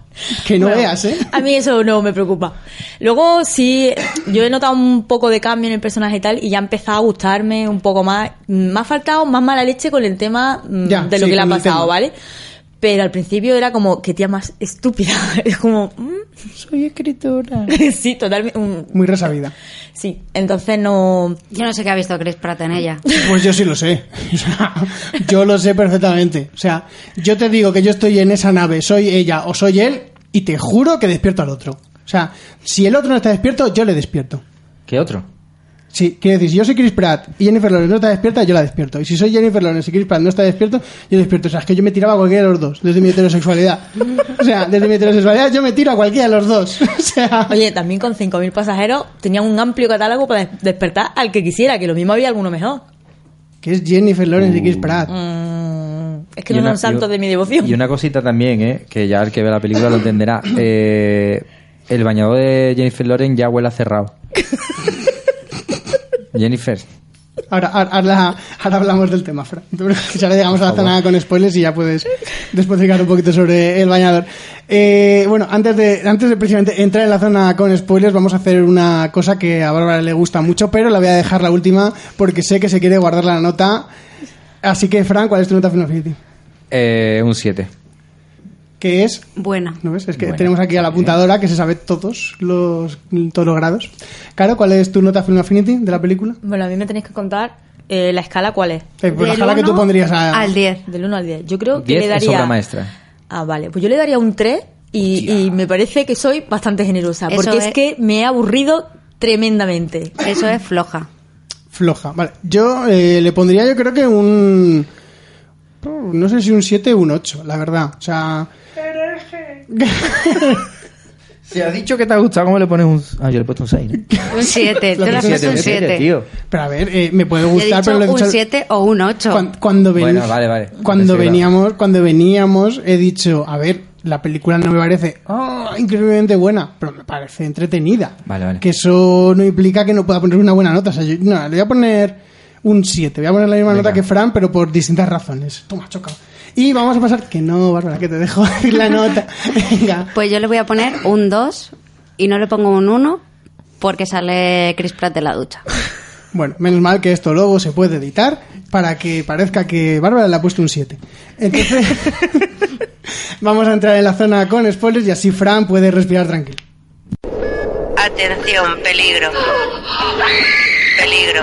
que no
Bueno,
veas, ¿eh?
A mí eso no me preocupa. Luego sí, yo he notado un poco de cambio en el personaje y tal, y ya ha empezado a gustarme un poco más. Mm, Me ha faltado más mala leche con el tema mm,
Ya,
de lo
sí,
que le ha
con el
pasado,
tema.
¿vale? Pero al principio era como, qué tía más estúpida. Es como, mm,
Soy escritora.
sí, totalmente. mm,
Muy resabida.
sí, entonces no.
Yo no sé qué ha visto Chris Pratt en ella.
Pues yo sí lo sé. O sea, yo lo sé perfectamente. O sea, yo te digo que yo estoy en esa nave, soy ella o soy él, y te juro que despierto al otro. O sea, si el otro no está despierto, yo le despierto.
¿Qué otro?
Sí, quiero decir, si yo soy Chris Pratt y Jennifer Lawrence no está despierta, yo la despierto. Y si soy Jennifer Lawrence y Chris Pratt no está despierto, yo despierto. O sea, es que yo me tiraba a cualquiera de los dos, desde mi heterosexualidad. O sea, desde mi heterosexualidad yo me tiro a cualquiera de los dos. O sea,
Oye, también con 5.000 pasajeros tenía un amplio catálogo para des- despertar al que quisiera, que lo mismo había alguno mejor.
que es Jennifer Lawrence y Chris Pratt.
Mm, es que
Y
no
una-
son santos
y-
de mi devoción.
Y una cosita también, ¿eh? que ya el que ve la película lo entenderá. Eh, el bañador de Jennifer Lawrence ya huele a cerrado. Jennifer,
Ahora, ahora, ahora- ahora hablamos del tema, Fran. Ya le llegamos a la
Por favor.
zona con spoilers y ya puedes despotricar un poquito sobre el bañador. Eh, bueno, antes de, antes de precisamente entrar en la zona con spoilers, vamos a hacer una cosa que a Bárbara le gusta mucho, pero la voy a dejar la última porque sé que se quiere guardar la nota. Así que, Fran, ¿cuál es tu nota Final Fantasy?
eh, un 7.
Que es.
Buena.
¿No ves? Es que
Bueno,
tenemos aquí a la apuntadora que se sabe todos los, todos los grados. Caro, ¿cuál es tu nota Final Affinity de la película?
Bueno, a mí me tenéis que contar eh, la escala cuál es.
Eh, pues la
Del
jala que tú
uno
pondrías a-
al 10.
Del 1 al 10. Yo creo que
10
le
es
daría.
obra maestra.
Ah, vale. Pues yo le daría un 3 y, y me parece que soy bastante generosa.
Eso
porque es...
es-
que me he aburrido tremendamente.
Eso es floja.
Floja, vale. Yo eh, le pondría, yo creo que un. No sé si un 7 o un 8, la verdad. O sea.
Si has dicho que te ha gustado, ¿cómo le pones un.? Ah, yo le he puesto un 6.
Un 7. Tú
Lo
le has
que
puesto un
siete,
7.
tío.
Pero a ver, eh, me puede
He
gustar,
dicho
pero lo he dicho.
un 7 o un 8.
Cuan- Cuando, ven-
Bueno, vale, vale.
cuando
Pensé que era-
veníamos, cuando veníamos, he dicho, a ver, la película no me parece ah, increíblemente buena, pero me parece entretenida.
Vale, vale.
Que eso no implica que no pueda poner una buena nota. O sea, yo- no, le voy a poner un 7. Voy a poner la misma nota que Fran, pero por distintas razones. Toma, choca. Y vamos a pasar. Que no, Bárbara, que te dejo decir la nota. Venga.
Pues yo le voy a poner un 2 y no le pongo un 1 porque sale Chris Pratt de la ducha.
Bueno, menos mal que esto luego se puede editar para que parezca que Bárbara le ha puesto un 7. Entonces, vamos a entrar en la zona con spoilers y así Fran puede respirar tranquilo.
Atención, peligro. Peligro.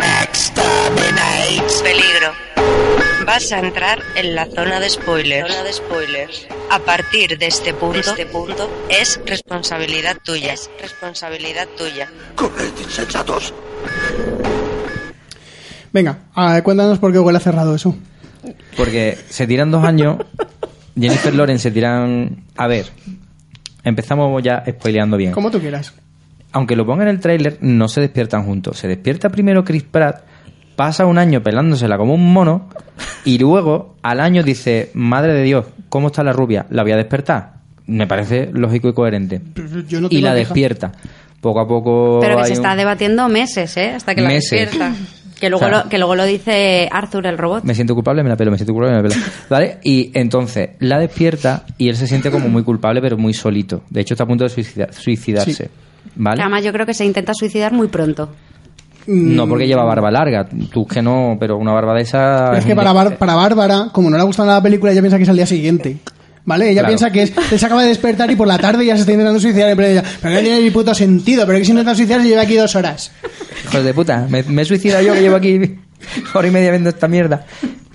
Peligro. Vas a entrar en la zona de spoilers. Zona de spoilers. A partir de este punto, este punto es responsabilidad tuya. Es responsabilidad tuya.
Corred, insensatos.
Venga, ah, cuéntanos por qué huele a cerrado eso.
Porque se tiran dos años. Jennifer Lawrence se tiran. A ver, empezamos ya spoileando bien.
Como tú quieras.
Aunque lo ponga en el tráiler, no se despiertan juntos. Se despierta primero Chris Pratt, pasa un año pelándosela como un mono, y luego al año dice: Madre de Dios, ¿cómo está la rubia? La voy a despertar. Me parece lógico y coherente.
Yo no
y
tengo
la
queja.
despierta. Poco a poco.
Pero que se
Oh, hay
está
un-
debatiendo meses, ¿eh? Hasta que
Meses.
la despierta. Que luego,
O sea-
lo, que luego lo dice Arthur el robot.
me siento culpable, me la pelo, me siento culpable, me la pelo. ¿Vale? Y entonces la despierta y él se siente como muy culpable, pero muy solito. De hecho, está a punto de suicida- suicidarse.
Que
¿Vale?
además yo creo que se intenta suicidar muy pronto.
Mm.
No porque lleva barba larga, tú que no, pero una barba de esa.
Pero es que
un
para,
des-
Bar- para Bárbara, como no le ha gustado nada la película, ella piensa que es al día siguiente. ¿Vale? Ella
Claro.
piensa que es, él se acaba de despertar y por la tarde ya se está intentando suicidar. en plan, ella, Pero no tiene ni puto sentido, pero que se intenta suicidar si lleva aquí dos horas.
Hijos de puta, me, me he suicidado yo que llevo aquí hora y media viendo esta mierda.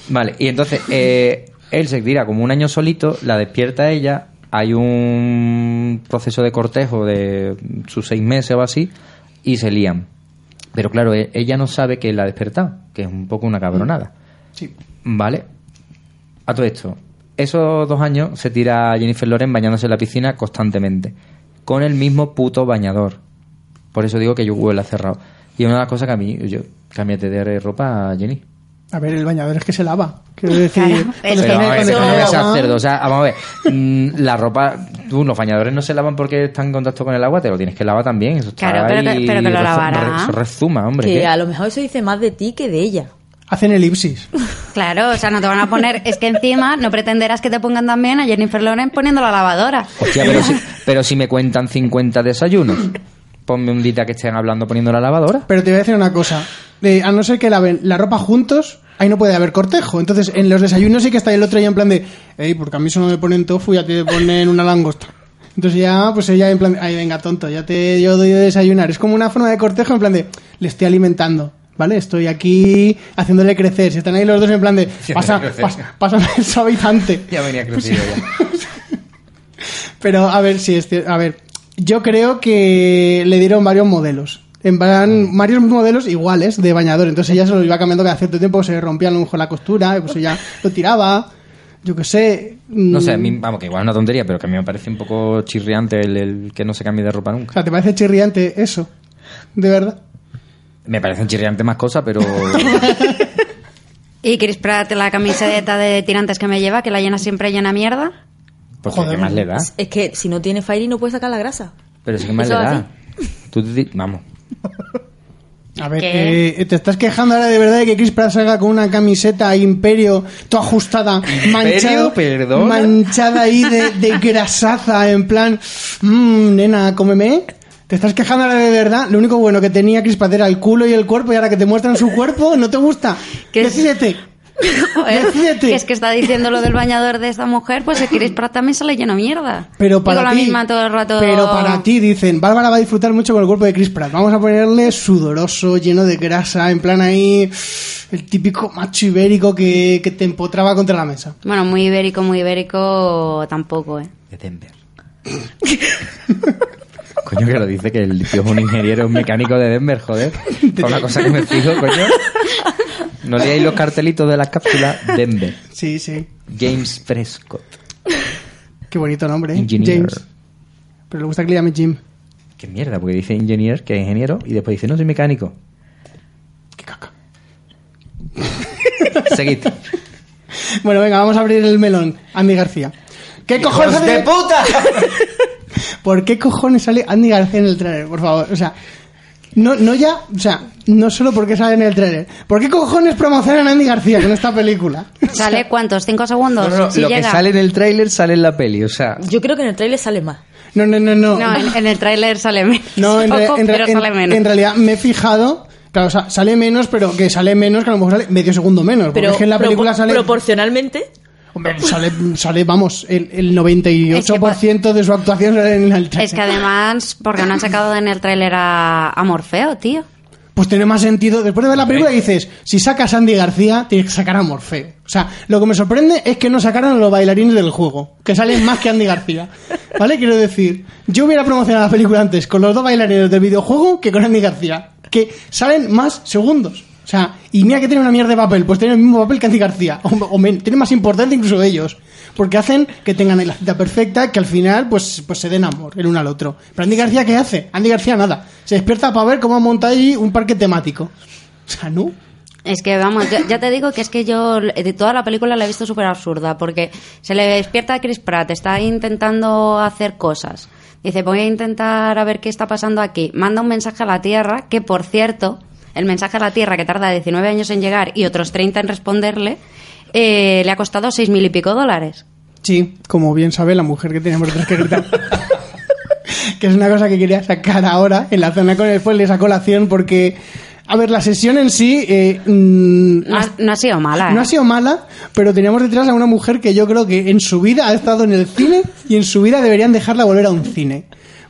Vale, y entonces eh, él se tira como un año solito, la despierta ella, hay un proceso de cortejo de sus seis meses o así, y se lían. Pero claro, e- ella no sabe que la ha despertado, que es un poco una cabronada.
Sí.
Vale. A todo esto. Esos dos años se tira Jennifer Lawrence bañándose en la piscina constantemente. Con el mismo puto bañador. Por eso digo que yo huele a cerrado. Y una de las cosas que a mí, yo, cámbiate de ropa, Jenny.
A ver, el bañador es que se lava. Quiero decir,
Claro,
cuando
es
se
Pero,
pone-
que-
a ver,
cuando
no
se pone
me seas
agua-
cerdo. O sea, vamos a ver. mm, La ropa, tú, los bañadores no se lavan porque están en contacto con el agua, te lo tienes que lavar también. Eso está
Claro, pero que-
ahí,
pero que lo
rezu-
lavará.
re- eso rezuma, hombre.
que
¿qué?
a lo mejor eso dice más de ti que de ella.
Hacen elipsis.
Claro, o sea, no te van a poner. Es que encima no pretenderás que te pongan también a Jennifer Lawrence poniendo la lavadora.
Hostia, pero si, pero si me cuentan 50 desayunos, ponme un dita que estén hablando poniendo la lavadora.
Pero te voy a decir una cosa. Eh, a no ser que laven la ropa juntos, ahí no puede haber cortejo. Entonces, en los desayunos sí que está el otro ya en plan de, Ey, porque a mí solo me ponen tofu y a ti te ponen una langosta. Entonces ya, pues ella en plan, de, ay, venga, tonto, ya te yo doy de desayunar. Es como una forma de cortejo en plan de, le estoy alimentando. ¿Vale? Estoy aquí haciéndole crecer. Si están ahí los dos en plan de, pasa,
crecer.
pasa, pásame el suavizante.
venía crecido ya.
Pero a ver si es cier- a ver, yo creo que le dieron varios modelos. En
Mm.
plan, varios modelos iguales de bañador. Entonces ella se lo iba cambiando cada cierto tiempo, se rompía a lo mejor la costura, pues ella lo tiraba, yo qué sé. mm,
No sé, a mí- vamos, que igual es una tontería, pero que a mí me parece un poco chirriante el, el que no se cambie de ropa
O
nunca.
sea, ¿te parece chirriante eso? De verdad.
Me parecen chirriantes más cosas, pero.
Y Chris Pratt, la camiseta de tirantes que me lleva, que la llena siempre llena mierda.
Pues
Joder.
¿qué más le da?
Es que si no tiene Fairy no puede sacar la grasa.
Pero sí que más le
Eso va
da.
así.
Tú te di- vamos.
A ver,
¿Qué?
eh, te estás quejando ahora de verdad de que Chris Pratt salga con una camiseta imperio, toda ajustada, manchada,
¿Perdona?
manchada ahí de, de grasaza, en plan, mmm, nena, cómeme. Te estás quejando ahora de verdad. Lo único bueno que tenía Chris Pratt era el culo y el cuerpo, y ahora que te muestran su cuerpo, ¿no te gusta?
Que es-
Decídete.
Joder,
Decídete.
que es que está diciendo lo del bañador de esta mujer, pues a Chris Pratt también se le llena mierda.
Pero
Y con
para
la
ti,
misma todo el rato.
pero para ti dicen, Bárbara va a disfrutar mucho con el cuerpo de Chris Pratt. Vamos a ponerle sudoroso, lleno de grasa, en plan ahí el típico macho ibérico que, que te empotraba contra la mesa.
Bueno, muy ibérico, muy ibérico tampoco, ¿eh?
De Denver. coño, que lo dice que el tío es un ingeniero, un mecánico de Denver, joder. Fue una cosa que me fijo, coño. No leáis los cartelitos de las cápsulas. Denver.
Sí, sí.
James Prescott.
Qué bonito nombre, ¿eh?
Engineer.
James. Pero le gusta que le llame Jim.
Qué mierda, porque dice engineer, que es ingeniero, y después dice, no, soy mecánico.
Qué caca.
Seguid.
Bueno, venga, vamos a abrir el melón. Andy García. ¿Qué cojones
¡Hijos de
sale-
puta!
¿Por qué cojones sale Andy García en el trailer? Por favor, o sea... No, no ya, o sea, no solo porque sale en el trailer. ¿Por qué cojones promocionan a Andy García con esta película?
¿Sale cuántos? ¿Cinco
No,
segundos?
no, no,
Si
lo que
llega.
sale en el tráiler sale en la peli, o sea...
Yo creo que en el trailer sale más.
No, no, no, no.
No, en, en el tráiler sale menos.
No, en, re-
Poco,
en re-
pero
en-
sale menos.
en realidad me he fijado... Claro, o sea, sale menos, pero que sale menos, que a lo mejor sale medio segundo menos. Porque
Pero
es que en la
propo-
película sale...
proporcionalmente
Hombre, sale, sale, vamos, el, el 98% de su actuación sale en el trailer.
Es que además, porque no han sacado en el tráiler a, a Morfeo, tío.
Pues tiene más sentido. Después de ver la película dices, si sacas a Andy García, tienes que sacar a Morfeo. O sea, lo que me sorprende es que no sacaran a los bailarines del juego, que salen más que Andy García. ¿Vale? Quiero decir, yo hubiera promocionado la película antes con los dos bailarines del videojuego que con Andy García, que salen más segundos. O sea, y mira que tiene una mierda de papel, pues tiene el mismo papel que Andy García, o, o men- tiene más importante incluso de ellos, porque hacen que tengan la cita perfecta, que al final pues, pues se den amor el uno al otro. Pero Andy García, ¿qué hace? Andy García nada, se despierta para ver cómo han montado allí un parque temático. O sea, no.
Es que vamos, ya, ya te digo que es que yo eh, de toda la película la he visto súper absurda, porque se le despierta a Chris Pratt, está intentando hacer cosas. Dice, voy a intentar a ver qué está pasando aquí. Manda un mensaje a la Tierra, que por cierto, el mensaje a la Tierra, que tarda 19 años en llegar y otros 30 en responderle, eh, le ha costado seis mil y pico dólares.
Sí, como bien sabe la mujer que tenemos detrás que gritar. que es una cosa que quería sacar ahora en la zona con el spoiler, esa colación, porque... A ver, la sesión en sí... eh, mm,
No, ha- no ha sido mala. ¿eh?
No ha sido mala, pero teníamos detrás a una mujer que yo creo que en su vida ha estado en el cine y en su vida deberían dejarla volver a un cine.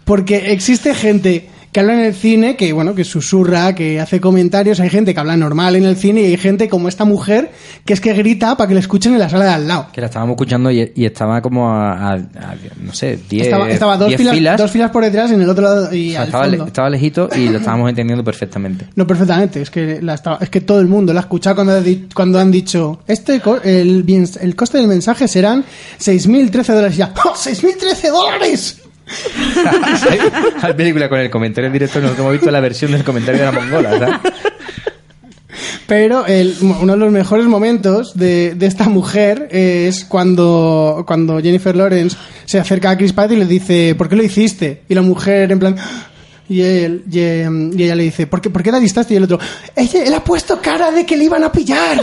Porque existe gente que habla en el cine, que bueno, que susurra, que hace comentarios, hay gente que habla normal en el cine y hay gente como esta mujer que es que grita para que la escuchen en la sala de al lado.
Que la estábamos escuchando y, y estaba como a, a- a, no sé, 10
Estaba, estaba dos,
10
filas, dos filas por detrás en el otro lado y
O sea,
al
estaba, le-
fondo.
estaba lejito y lo estábamos entendiendo perfectamente.
No, perfectamente. Es que, la estaba- es que todo el mundo la ha escuchado cuando, ha di- cuando han dicho este co- el, bien- el coste del mensaje serán 6.013 dólares. Y ya, ¡oh, ¡6.013 dólares!
la película con el comentario en directo, nosotros hemos visto la versión del comentario de la mongola, ¿sabes?
Pero el- uno de los mejores momentos de, de esta mujer es cuando, cuando Jennifer Lawrence se acerca a Chris Pratt y le dice, ¿por qué lo hiciste? Y la mujer en plan... Y, él- y, em, y ella le dice, ¿por qué, ¿por qué la distaste? Y el otro, "Ella- él ha puesto cara de que le iban a pillar.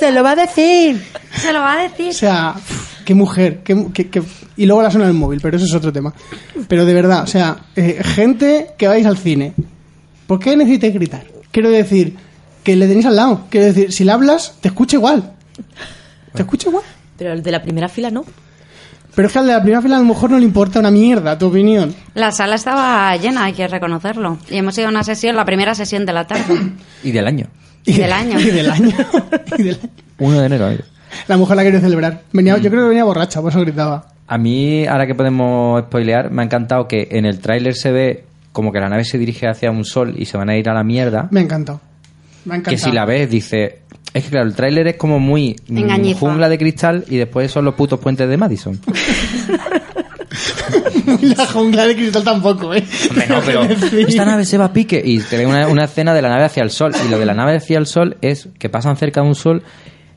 Se lo va a decir.
Se lo va a decir.
O sea, pf, qué mujer, qué, mu- qué- qué- y luego la suena el móvil, pero eso es otro tema. Pero de verdad, o sea, eh, gente que vais al cine, ¿por qué necesitáis gritar? Quiero decir, que le tenéis al lado, quiero decir, si le hablas, te escucha igual. Te escucha igual.
Pero el de la primera fila no.
Pero es que al de la primera fila a lo mejor no le importa una mierda tu opinión.
La sala estaba llena, hay que reconocerlo. Y hemos ido a una sesión, la primera sesión de la tarde.
Y del año.
Y del año.
y del año. y del año.
1 de enero. amigo.
La mujer la quería celebrar. Venía,
Mm.
Yo creo que venía borracha, por eso gritaba.
A mí, ahora que podemos spoilear, me ha encantado que en el tráiler se ve como que la nave se dirige hacia un sol y se van a ir a la mierda.
Me ha encantado. Me ha encantado.
que si la ves, dice... Es que claro, el tráiler es como muy mm,
Engañifa.
jungla de cristal y después son los putos puentes de Madison.
la jungla de cristal tampoco, ¿eh?
No, pero esta nave se va a pique y te ve una, una escena de la nave hacia el sol. Y lo de la nave hacia el sol es que pasan cerca de un sol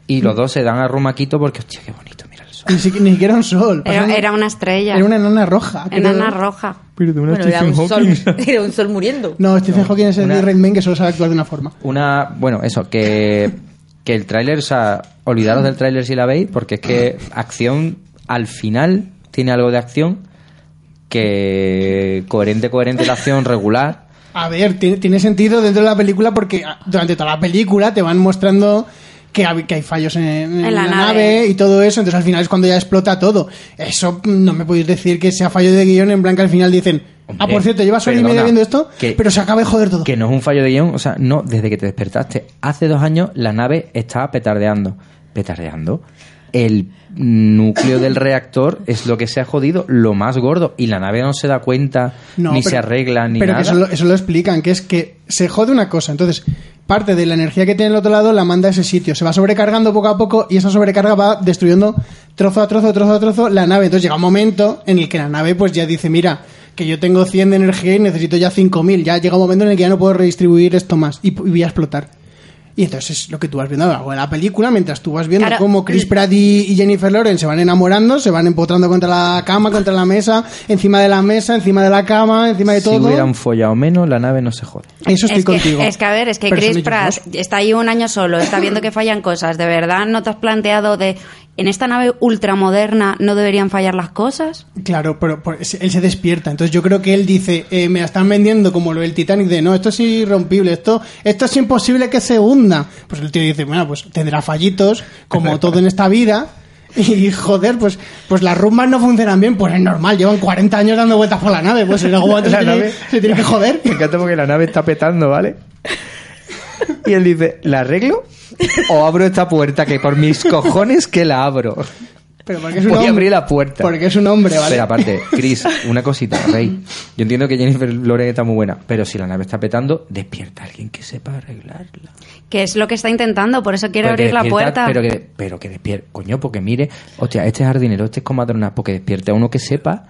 y los dos se dan a rumaquito porque, hostia, qué bonito, mira el sol.
Ni, siquiera- ni siquiera un sol.
Era,
Pasaron-
era una estrella.
Pues era una enana roja.
Enana
creo.
roja.
Pero de una
Bueno, era
Stephen
un, sol,
Hawking.
era un sol muriendo.
No, Stephen Hawking es el
una-
de Redman que solo sabe actuar de una forma.
Una, bueno, eso, que, que el tráiler, o sea, olvidaros del tráiler si la veis porque es que acción al final tiene algo de acción que coherente, coherente la acción regular.
A ver, tiene, tiene sentido dentro de la película porque ah, durante toda la película te van mostrando que hab- que hay, fallos en, en
En
la,
la
nave.
nave.
y todo eso, entonces al final es cuando ya explota todo. Eso mm, no me podéis decir que sea fallo de guión, en blanca al final dicen, ah,
Hombre,
por cierto, llevas hora y
perdona,
media viendo esto,
que-
pero se acaba de joder todo.
Que no es un fallo de guión, o sea, no, desde que te despertaste hace dos años la nave estaba petardeando. ¿Petardeando? El núcleo del reactor es lo que se ha jodido, lo más gordo, y la nave no se da cuenta,
No,
ni
pero-
se arregla, ni
pero
nada.
que eso lo, eso lo explican, que es que se jode una cosa. Entonces, parte de la energía que tiene el otro lado la manda a ese sitio. Se va sobrecargando poco a poco y esa sobrecarga va destruyendo trozo a trozo, trozo a trozo la nave. Entonces llega un momento en el que la nave pues ya dice, mira, que yo tengo 100 de energía y necesito ya 5000. Ya llega un momento en el que ya no puedo redistribuir esto más y, y voy a explotar. Y entonces es lo que tú vas viendo a lo largo de la película, mientras tú vas viendo
Claro.
cómo Chris Pratt y y Jennifer Lawrence se van enamorando, se van empotrando contra la cama, contra la mesa, encima de la mesa, encima de la cama, encima de todo.
Si hubieran follado menos, la nave no se jode.
Eso estoy
es
contigo.
Que, es que a ver, es que
Pero son
Chris
ellos
Pratt
dos.
está ahí un año solo, está viendo que fallan cosas. ¿De verdad no te has planteado de en esta nave ultramoderna no deberían fallar las cosas?
Claro, pero, por- él se despierta. Entonces yo creo que él dice, eh, me la están vendiendo como lo del Titanic de, no, esto es irrompible, esto, esto es imposible que se hunda. Pues el tío dice, bueno, pues tendrá fallitos, como todo en esta vida. Y joder, pues, pues las rumbas no funcionan bien, pues es normal, llevan 40 años dando vueltas por la nave, pues en algún momento
La
se, tiene,
nave.
se tiene que joder.
Me encanta porque la nave está petando, ¿vale? Y él dice, ¿la arreglo? ¿O abro esta puerta? Que por mis cojones que la abro.
Pero porque es un
Voy a
hombre-
abrir la puerta.
Porque es un hombre, ¿vale?
Pero aparte, Chris, una cosita, Rey. Yo entiendo que Jennifer Lawrence está muy buena, pero si la nave está petando, despierta a alguien que sepa arreglarla.
Que es lo que está intentando, por eso quiere
Pero que
abrir la
despierta-
puerta.
Pero que, pero que despierte, coño, porque mire, hostia, este jardinero, este es comadrona, porque despierte a uno que sepa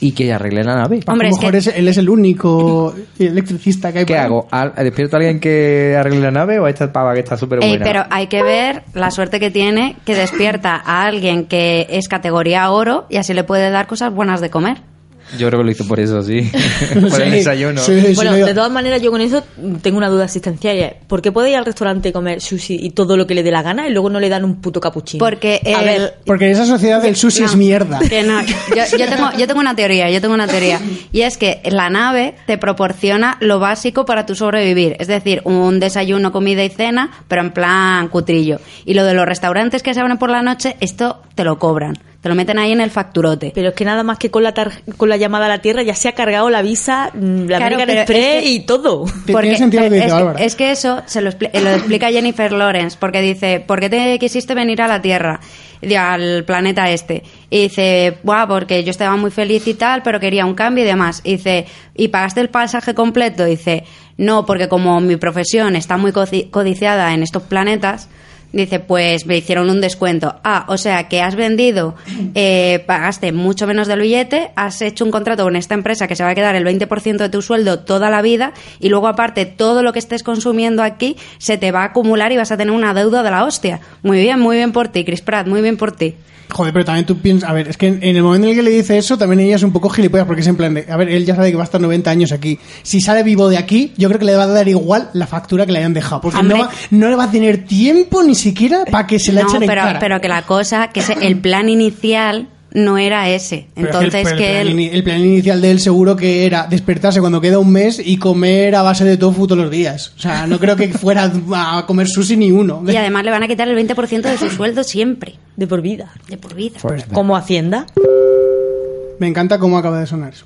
y que arregle la nave.
Hombre,
a lo
es que-
mejor es- él es el único electricista que hay
¿Qué
por ahí.
hago? ¿Al- ¿Despierto a alguien que arregle la nave o a esta pava que está súper
Ey,
buena?
Eh, pero hay que ver la suerte que tiene que despierta a alguien que es categoría oro y así le puede dar cosas buenas de comer.
Yo creo que lo hizo por eso, sí.
Por el
Sí,
desayuno.
sí, sí,
Bueno,
sí,
de todas maneras, yo con eso tengo una duda existencial. y es, ¿Por qué puede ir al restaurante y comer sushi y todo lo que le dé la gana y luego no le dan un puto capuchino?
Porque
A
el-
ver,
Porque esa sociedad del sushi
No,
es mierda.
que no. Yo, yo tengo, yo tengo una teoría, yo tengo una teoría. Y es que la nave te proporciona lo básico para tu sobrevivir. Es decir, un desayuno, comida y cena, pero en plan cutrillo. Y lo de los restaurantes que se abren por la noche, esto te lo cobran. Te lo meten ahí en el facturote.
Pero es que nada más que con la, tar- con la llamada a la Tierra ya se ha cargado la visa, mm, la
Claro,
American
pero
Express
es que-
y todo.
Tiene sentido lo que dice
es,
Bárbara.
es que eso se lo, expli- lo explica Jennifer Lawrence, porque dice, ¿por qué te quisiste venir a la Tierra, de- al planeta este? Y dice, Buah, porque yo estaba muy feliz y tal, pero quería un cambio y demás. Y dice, ¿y pagaste el pasaje completo? Y dice, no, porque como mi profesión está muy codi- codiciada en estos planetas, Dice, pues me hicieron un descuento. Ah, o sea que has vendido, eh, pagaste mucho menos del billete, has hecho un contrato con esta empresa que se va a quedar el 20% de tu sueldo toda la vida y luego aparte todo lo que estés consumiendo aquí se te va a acumular y vas a tener una deuda de la hostia. Muy bien, muy bien por ti, Chris Pratt, muy bien por ti.
Joder, pero también tú piensas, a ver, es que en, en el momento en el que le dice eso, también ella es un poco gilipollas, porque es en plan de, a ver, él ya sabe que va a estar 90 años aquí. Si sale vivo de aquí, yo creo que le va a dar igual la factura que le hayan dejado, porque
Hombre.
no, va- no le va a tener tiempo ni siquiera para que se la
no,
echen en
pero,
cara.
pero que la cosa, que se- el plan inicial no era ese.
Pero es
Entonces
el,
que
plan,
él...
ini- el plan inicial de él seguro que era despertarse cuando queda un mes y comer a base de tofu todos los días. O sea, no creo que fuera a comer sushi ni uno.
Y además le van a quitar el 20% de su sueldo siempre,
De por vida.
de por vida.
Como Hacienda.
Me encanta cómo acaba de sonar eso.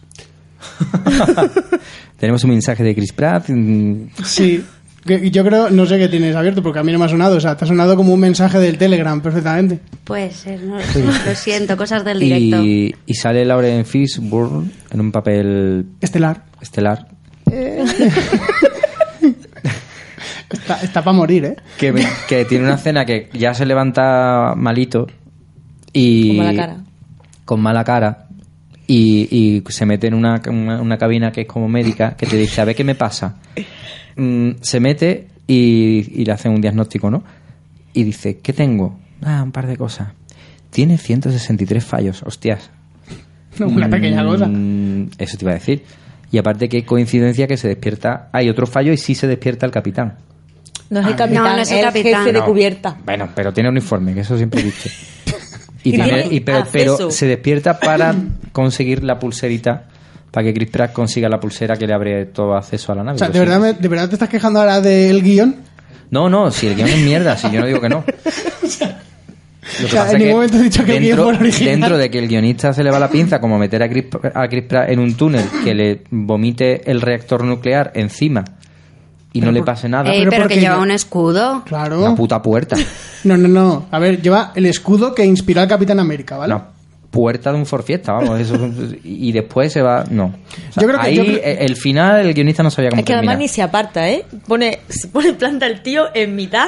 Tenemos un mensaje de Chris Pratt. mm,
Sí. Que- Yo creo, no sé qué tienes abierto, porque a mí no me ha sonado. O sea, te ha sonado como un mensaje del Telegram, perfectamente.
Pues eh, no, lo siento, cosas del directo.
Y, y sale Lauren Fishburne en un papel
Estelar.
estelar.
Está, para morir, ¿eh?
Que, me- que tiene una cena que ya se levanta malito y...
Con mala cara.
Con mala cara. Y, y se mete en una, una- una cabina que es como médica que te dice, a ver qué me pasa. Mm, se mete y, y le hacen un diagnóstico, ¿no? Y dice, ¿qué tengo? Ah, un par de cosas. Tiene 163 fallos, hostias.
Una pequeña cosa.
Mm, Eso te iba a decir. Y aparte, qué coincidencia que se despierta. Hay otro fallo y sí se despierta el capitán.
Ah, No es el capitán,
no es
es
el
el
capitán.
jefe de
No.
cubierta.
Bueno, pero tiene uniforme, que eso siempre he dicho. Y,
Y
tiene-
tiene
y pero,
acceso.
pero se despierta para conseguir la pulserita, para que Chris Pratt consiga la pulsera que le abre todo acceso a la nave.
O sea,
Yo
¿de
sí.
verdad, me- ¿de verdad te estás quejando ahora del guión?
No, no, si el guión es mierda, si yo no digo que no. Lo
O sea,
pasa
en
es
ningún momento he dicho que el guión
dentro,
fuera original.
dentro de que el guionista se le va la pinza, como meter a Chris, a Chris Pratt en un túnel que le vomite el reactor nuclear encima y no le pase nada,
Ey,
pero
Eh, pero
porque
que lleva
yo-
un escudo.
Claro.
una puta puerta.
No, no, no. A ver, lleva el escudo que inspiró al Capitán América, ¿vale?
Una puerta de un forfiesta, vamos. Eso, y después se va. No. O sea,
Yo creo que-
ahí
yo creo-
el final el guionista no sabía cómo
Es que además
terminar.
ni se aparta, ¿eh? Pone, se pone planta el tío en mitad.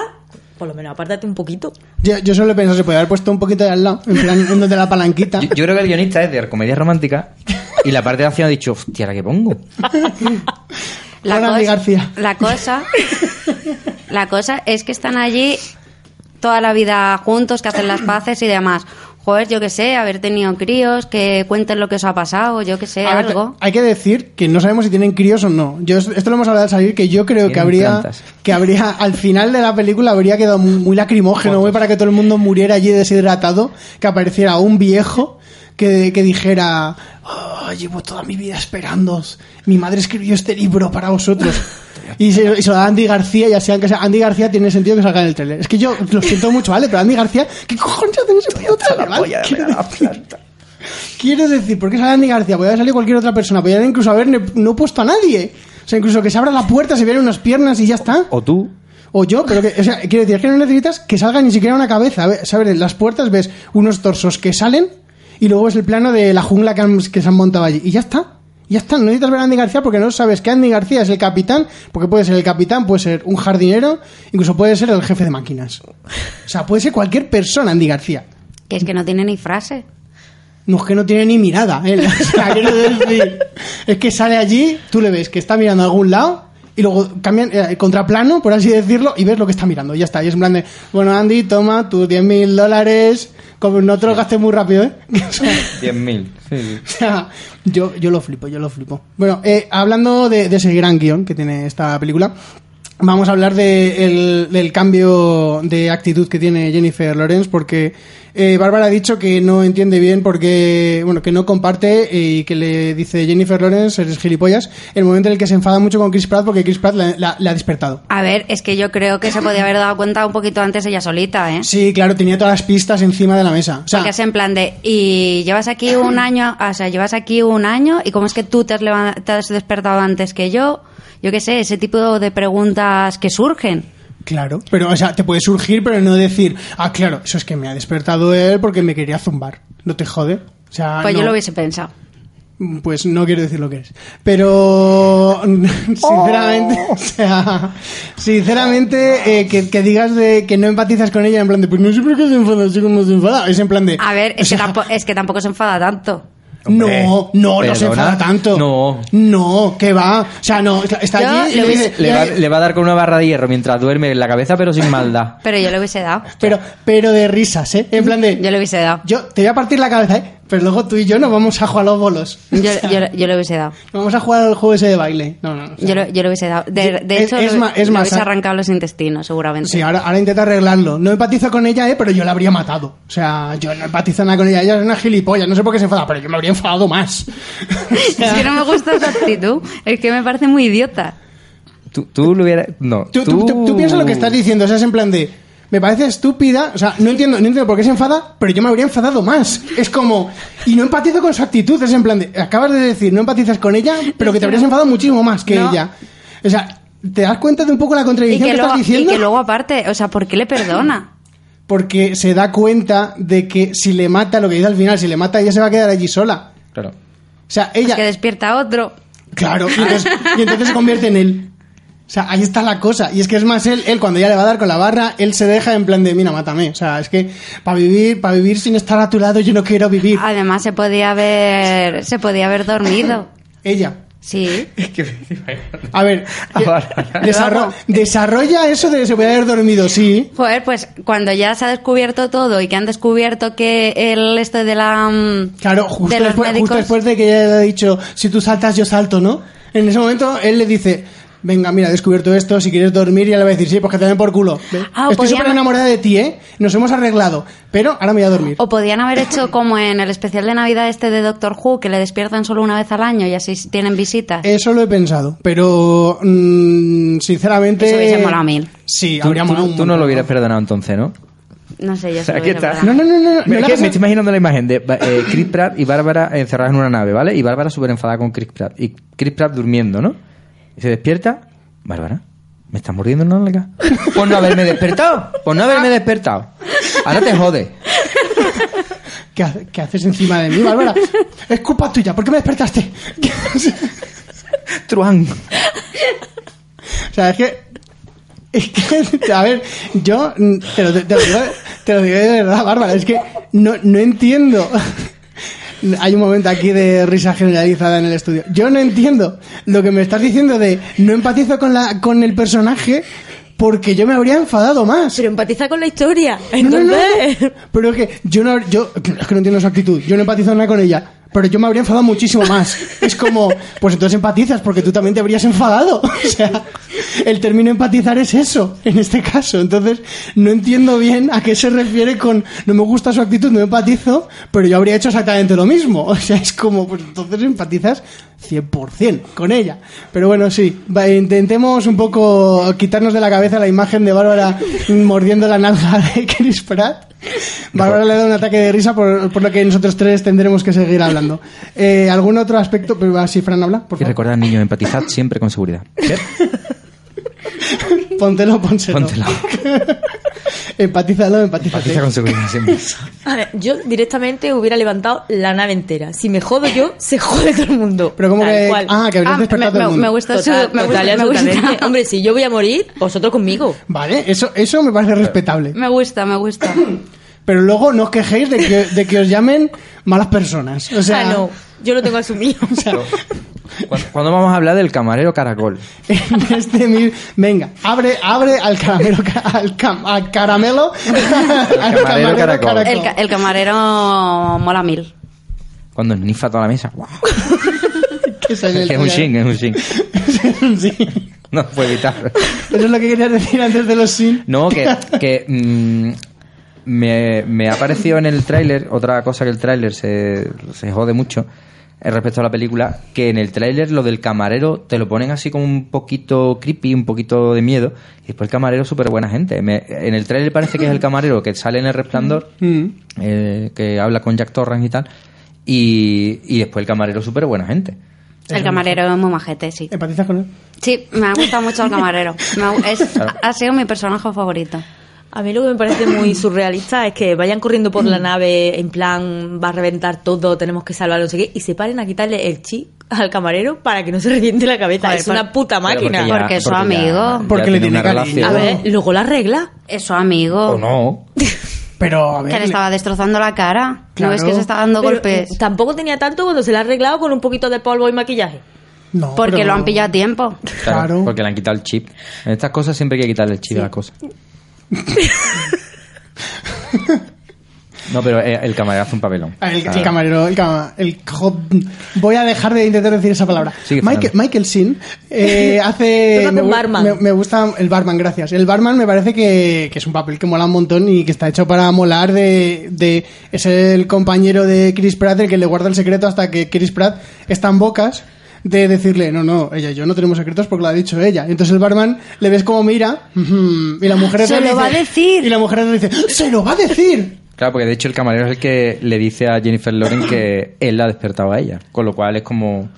Por lo menos apártate un poquito.
Yo, yo solo he pensado, se puede haber puesto un poquito de al lado, en plan, en donde la palanquita.
Yo, yo creo que el guionista es de comedia romántica y la parte de acción ha dicho, hostia, ¿la que pongo?
Juan Andy
cosa-
García.
la cosa, la cosa es que están allí toda la vida juntos, que hacen las paces y demás. Joder, yo que sé, haber tenido críos, que cuenten lo que os ha pasado, yo que sé,
A ver,
algo.
Ah, Hay que decir que no sabemos si tienen críos o no. Yo, esto lo hemos hablado al salir, que yo creo que
Tienen
habría,
plantas.
que habría, al final de la película habría quedado muy, muy lacrimógeno, muy para que todo el mundo muriera allí deshidratado, que apareciera un viejo que, que dijera, "Ah, "Oh, llevo toda mi vida esperando, mi madre escribió este libro para vosotros. Y se, y se lo da a Andy García, ya sea que sea Andy García, tiene sentido que salga en el trailer. Es que yo lo siento mucho, ¿vale? Pero Andy García, ¿qué cojones hace en ese puto trailer?
La
vale?
polla de
Quiero
la
decir-
planta.
Quiero decir, ¿por qué sale Andy García? Podría haber salido cualquier otra persona, podría haber incluso haber ne- no puesto a nadie. O sea, incluso que se abra la puerta, se vieran unas piernas y ya está.
O tú.
O yo, pero que, o sea, quiero decir, es que no necesitas que salga ni siquiera una cabeza. A ver, se abren las puertas, ves unos torsos que salen y luego ves el plano de la jungla que, han- que se han montado allí. Y ya está. Ya está, no necesitas ver a Andy García porque no sabes que Andy García es el capitán, porque puede ser el capitán, puede ser un jardinero, incluso puede ser el jefe de máquinas. O sea, puede ser cualquier persona Andy García.
Que es que no tiene ni frase.
No es que no tiene ni mirada, ¿eh? O sea, quiero decir, es que sale allí, tú le ves que está mirando a algún lado y luego cambian eh, el contraplano, por así decirlo, y ves lo que está mirando. Y ya está. Y es en plan de, bueno, Andy, toma tus 10.000 mil dólares, como no te lo gastes muy rápido, ¿eh? O sea,
10.000. Sí,
o sea, yo, yo lo flipo, yo lo flipo. Bueno, eh, hablando de, de ese gran guión que tiene esta película, vamos a hablar de el- del cambio de actitud que tiene Jennifer Lawrence, porque eh, Bárbara ha dicho que no entiende bien porque, bueno, que no comparte eh, y que le dice Jennifer Lawrence, eres gilipollas, el momento en el que se enfada mucho con Chris Pratt porque Chris Pratt la- la- la ha despertado.
A ver, es que yo creo que se podía haber dado cuenta un poquito antes ella solita, ¿eh?
Sí, claro, tenía todas las pistas encima de la mesa. O sea,
Porque es en plan de, y llevas aquí un año, o sea, llevas aquí un año, y cómo es que tú te has, levan- te has despertado antes que yo, yo qué sé, ese tipo de preguntas que surgen.
Claro, pero o sea, te puede surgir, pero no decir, ah, claro, eso es que me ha despertado él porque me quería zumbar. No te jode. O sea, Ah,
Pues
no,
yo lo hubiese pensado.
pues no quiero decir lo que es. Pero, sinceramente,
Oh.
o sea, sinceramente, eh, que, que digas de que no empatizas con ella en plan de, pues no sé por qué se enfada así como se enfada. Es en plan de,
A ver,
o
es,
sea,
que, tampo- es que tampoco se enfada tanto.
Hombre,
no, no, no se
perdona.
enfada tanto.
No.
No, que va. O sea, no, está- está
Yo
allí. y
le
le
hubiese-
dice-
Le va, le va a dar con una barra de hierro mientras duerme en la cabeza, pero sin maldad.
Pero yo lo hubiese dado.
Pero, pero de risas, ¿eh? En plan de,
Yo lo hubiese dado.
Yo te voy a partir la cabeza, ¿eh? Pero luego tú y yo nos vamos a jugar a los bolos.
Yo,
O sea,
yo, yo lo hubiese dado.
Vamos a jugar al juego ese de baile. No, no, no. o sea,
Yo lo, yo lo hubiese dado. De, de
Es-
hecho,
es
lo,
ma- es
lo
más,
hubiese
a-
arrancado los intestinos, seguramente.
Sí, ahora, ahora intenta arreglarlo. No empatizo con ella, ¿eh? Pero yo la habría matado. O sea, yo no empatizo nada con ella. Ella es una gilipollas. No sé por qué se enfada, pero yo me habría enfadado más. O sea,
Es que no me gusta esa actitud. Es que me parece muy idiota.
Tú, tú lo hubieras... No.
tú, tú, tú- tú piensas lo que estás diciendo. O sea, es en plan de... Me parece estúpida, o sea, no entiendo, no entiendo por qué se enfada, pero yo me habría enfadado más. Es como, y no empatizo con su actitud, es en plan de, acabas de decir, no empatizas con ella, pero que te habrías enfadado muchísimo más que
No.
ella. O sea, ¿te das cuenta de un poco la
Y
contradicción
que,
que,
luego,
estás
y
diciendo?
que luego, aparte, o sea, ¿por qué le perdona?
Porque se da cuenta de que si le mata, lo que dice al final, si le mata, ella se va a quedar allí sola.
Claro.
O sea,
Es
ella...
que despierta otro.
Claro, y entonces, y entonces se convierte en él. O sea, ahí está la cosa. Y es que es más él, él cuando ya le va a dar con la barra, él se deja en plan de, mira, mátame. O sea, es que para vivir, para vivir sin estar a tu lado, yo no quiero vivir.
Además, se podía haber, se podía haber dormido.
Ella.
Sí.
A ver,
Ah,
eh,
vale.
desarro- desarrolla eso de se puede haber dormido, sí.
Joder, pues cuando ya se ha descubierto todo y que han descubierto que el esto de la... mm,
Claro, justo,
de los
después, justo
médicos-
después de que ella le ha dicho, si tú saltas, yo salto, ¿no? En ese momento, él le dice, venga, mira, he descubierto esto, si quieres dormir, ya le va a decir, sí, pues que te den por culo. ¿Ve?
Ah,
Estoy
podíamos-
súper enamorada de ti, ¿eh? Nos hemos arreglado, pero ahora me voy a dormir.
O podían haber hecho como en el especial de Navidad este de Doctor Who, que le despiertan solo una vez al año y así tienen visitas.
Eso lo he pensado, pero mm, sinceramente...
Eso hubiese molado mil.
Sí,
Tú,
habría
tú-
molado un
tú no
montón.
lo hubieras perdonado entonces, ¿no?
No sé, yo
sea,
solo
¿qué
hubiera
tal?
No,
perdonado.
no, no, no. no,
Mira,
la
es que
pasa-
me estoy imaginando la imagen de ba- eh, Chris Pratt y Bárbara encerradas en una nave, ¿vale? Y Bárbara súper enfadada con Chris Pratt. Y Chris Pratt durmiendo, ¿no? Y se despierta. Bárbara, ¿me estás mordiendo una nalga? Por no haberme despertado. Por no haberme despertado. Ahora te jode.
¿Qué, ha- qué haces encima de mí, Bárbara? es culpa tuya, ¿por qué me despertaste?
Truán.
o sea, es que... Es que, a ver, yo mm, te lo, te lo digo, te lo digo de verdad, Bárbara, es que no, no entiendo. Hay un momento aquí de risa generalizada en el estudio. Yo no entiendo lo que me estás diciendo de no empatizo con, la, con el personaje porque yo me habría enfadado más.
Pero empatiza con la historia.
No, no, no,
Entonces,
no. Pero es que yo no, yo es que no entiendo su actitud. Yo no empatizo nada con ella. Pero yo me habría enfadado muchísimo más. Es como, pues entonces empatizas porque tú también te habrías enfadado. O sea, el término empatizar es eso, en este caso. Entonces, no entiendo bien a qué se refiere con no me gusta su actitud, no empatizo, pero yo habría hecho exactamente lo mismo. O sea, es como, pues entonces empatizas 100% con ella. Pero bueno, sí, va, intentemos un poco quitarnos de la cabeza la imagen de Bárbara mordiendo la nalga de Chris Pratt. Bárbara le da un ataque de risa por, por lo que nosotros tres tendremos que seguir hablando. Eh, ¿Algún otro aspecto? Pero así, Fran, habla, por
Y
favor.
recordad, niños, empatizad siempre con seguridad.
Póntelo, pónselo.
Póntelo.
empatízalo, empatízate.
Empatiza con seguridad siempre.
A ver, yo directamente hubiera levantado la nave entera. Si me jodo yo, se jode todo el mundo.
Pero como
Tal
que...
cual.
Ah, que habrías
Ah,
despertado a todo
me-
el
me-
mundo.
me gusta su-
Total,
me gusta-
total y
me gusta.
absolutamente. Hombre, si yo voy a morir, vosotros conmigo.
Vale, eso, eso me parece respetable.
Me gusta, me gusta.
Pero luego no os quejéis de que, de que os llamen malas personas. O sea,
ah, no. Yo lo tengo asumido.
Cuando- Cuando vamos a hablar del camarero caracol?
en este mi- Venga, abre, abre al caramelo, ca- al, cam- al caramelo, al
camarero caracol.
El, ca- el camarero mola mil.
Cuando nifa toda la mesa. ¡Guau!
Que es el-
Es un shing, ¿eh? es un shing.
Es un sí.
No puedo evitarlo.
Eso es lo que querías decir antes de los sin.
No, que, que mm, me, me ha parecido en el tráiler, otra cosa que el tráiler se, se jode mucho eh, respecto a la película, que en el tráiler lo del camarero te lo ponen así como un poquito creepy, un poquito de miedo, y después el camarero es súper buena gente. Me- en el tráiler parece que es el camarero que sale en el
Mm.
resplandor, eh, que habla con Jack Torrance y tal, y, y después el camarero es súper buena gente.
El camarero es muy majete, sí.
¿Empatizas con él?
Sí, me ha gustado mucho el camarero. Me ha, es-
Claro.
ha sido mi personaje favorito.
A mí lo que me parece muy surrealista es que vayan corriendo por la nave en plan va a reventar todo, tenemos que salvarlo, no sé qué, y se paren a quitarle el chi al camarero para que no se reviente la cabeza.
Joder,
es una
por-
puta
Pero
máquina.
ya-
Porque es su
ya-
amigo.
ya
Porque le
tiene una
tiene cariño.
relación.
A ver, luego la regla.
Eso, amigo.
O Oh, no.
Pero a ver.
Que le estaba destrozando la cara.
Claro.
¿No ves que se está dando
Pero,
golpes?
eh, Tampoco tenía tanto cuando se la ha arreglado con un poquito de polvo y maquillaje.
No,
Porque
pero-
lo han pillado a tiempo.
Claro,
Claro.
Porque le han quitado el chip. En estas cosas siempre hay que quitarle el chip a las cosas. no, pero eh, el camarero hace un papelón.
Ah, El, el
Claro.
camarero, el, cama- el jo- voy a dejar de intentar decir esa palabra.
Sigue, Fernando.
Michael, Michael Sin eh, hace.
Toca
me,
con
gu-
barman.
me- me gusta el barman, gracias. El barman me parece que, que es un papel que mola un montón y que está hecho para molar. De, de- es el compañero de Chris Pratt el que le guarda el secreto hasta que Chris Pratt está en bocas de decirle, no, no, ella y yo no tenemos secretos porque lo ha dicho ella. Y entonces el barman le ves como mira ujú, y la mujer
Se
le
lo va a decir.
Y la mujer le dice, se lo va a decir.
Claro, porque de hecho el camarero es el que le dice a Jennifer Lawrence que él la ha despertado a ella. Con lo cual es como...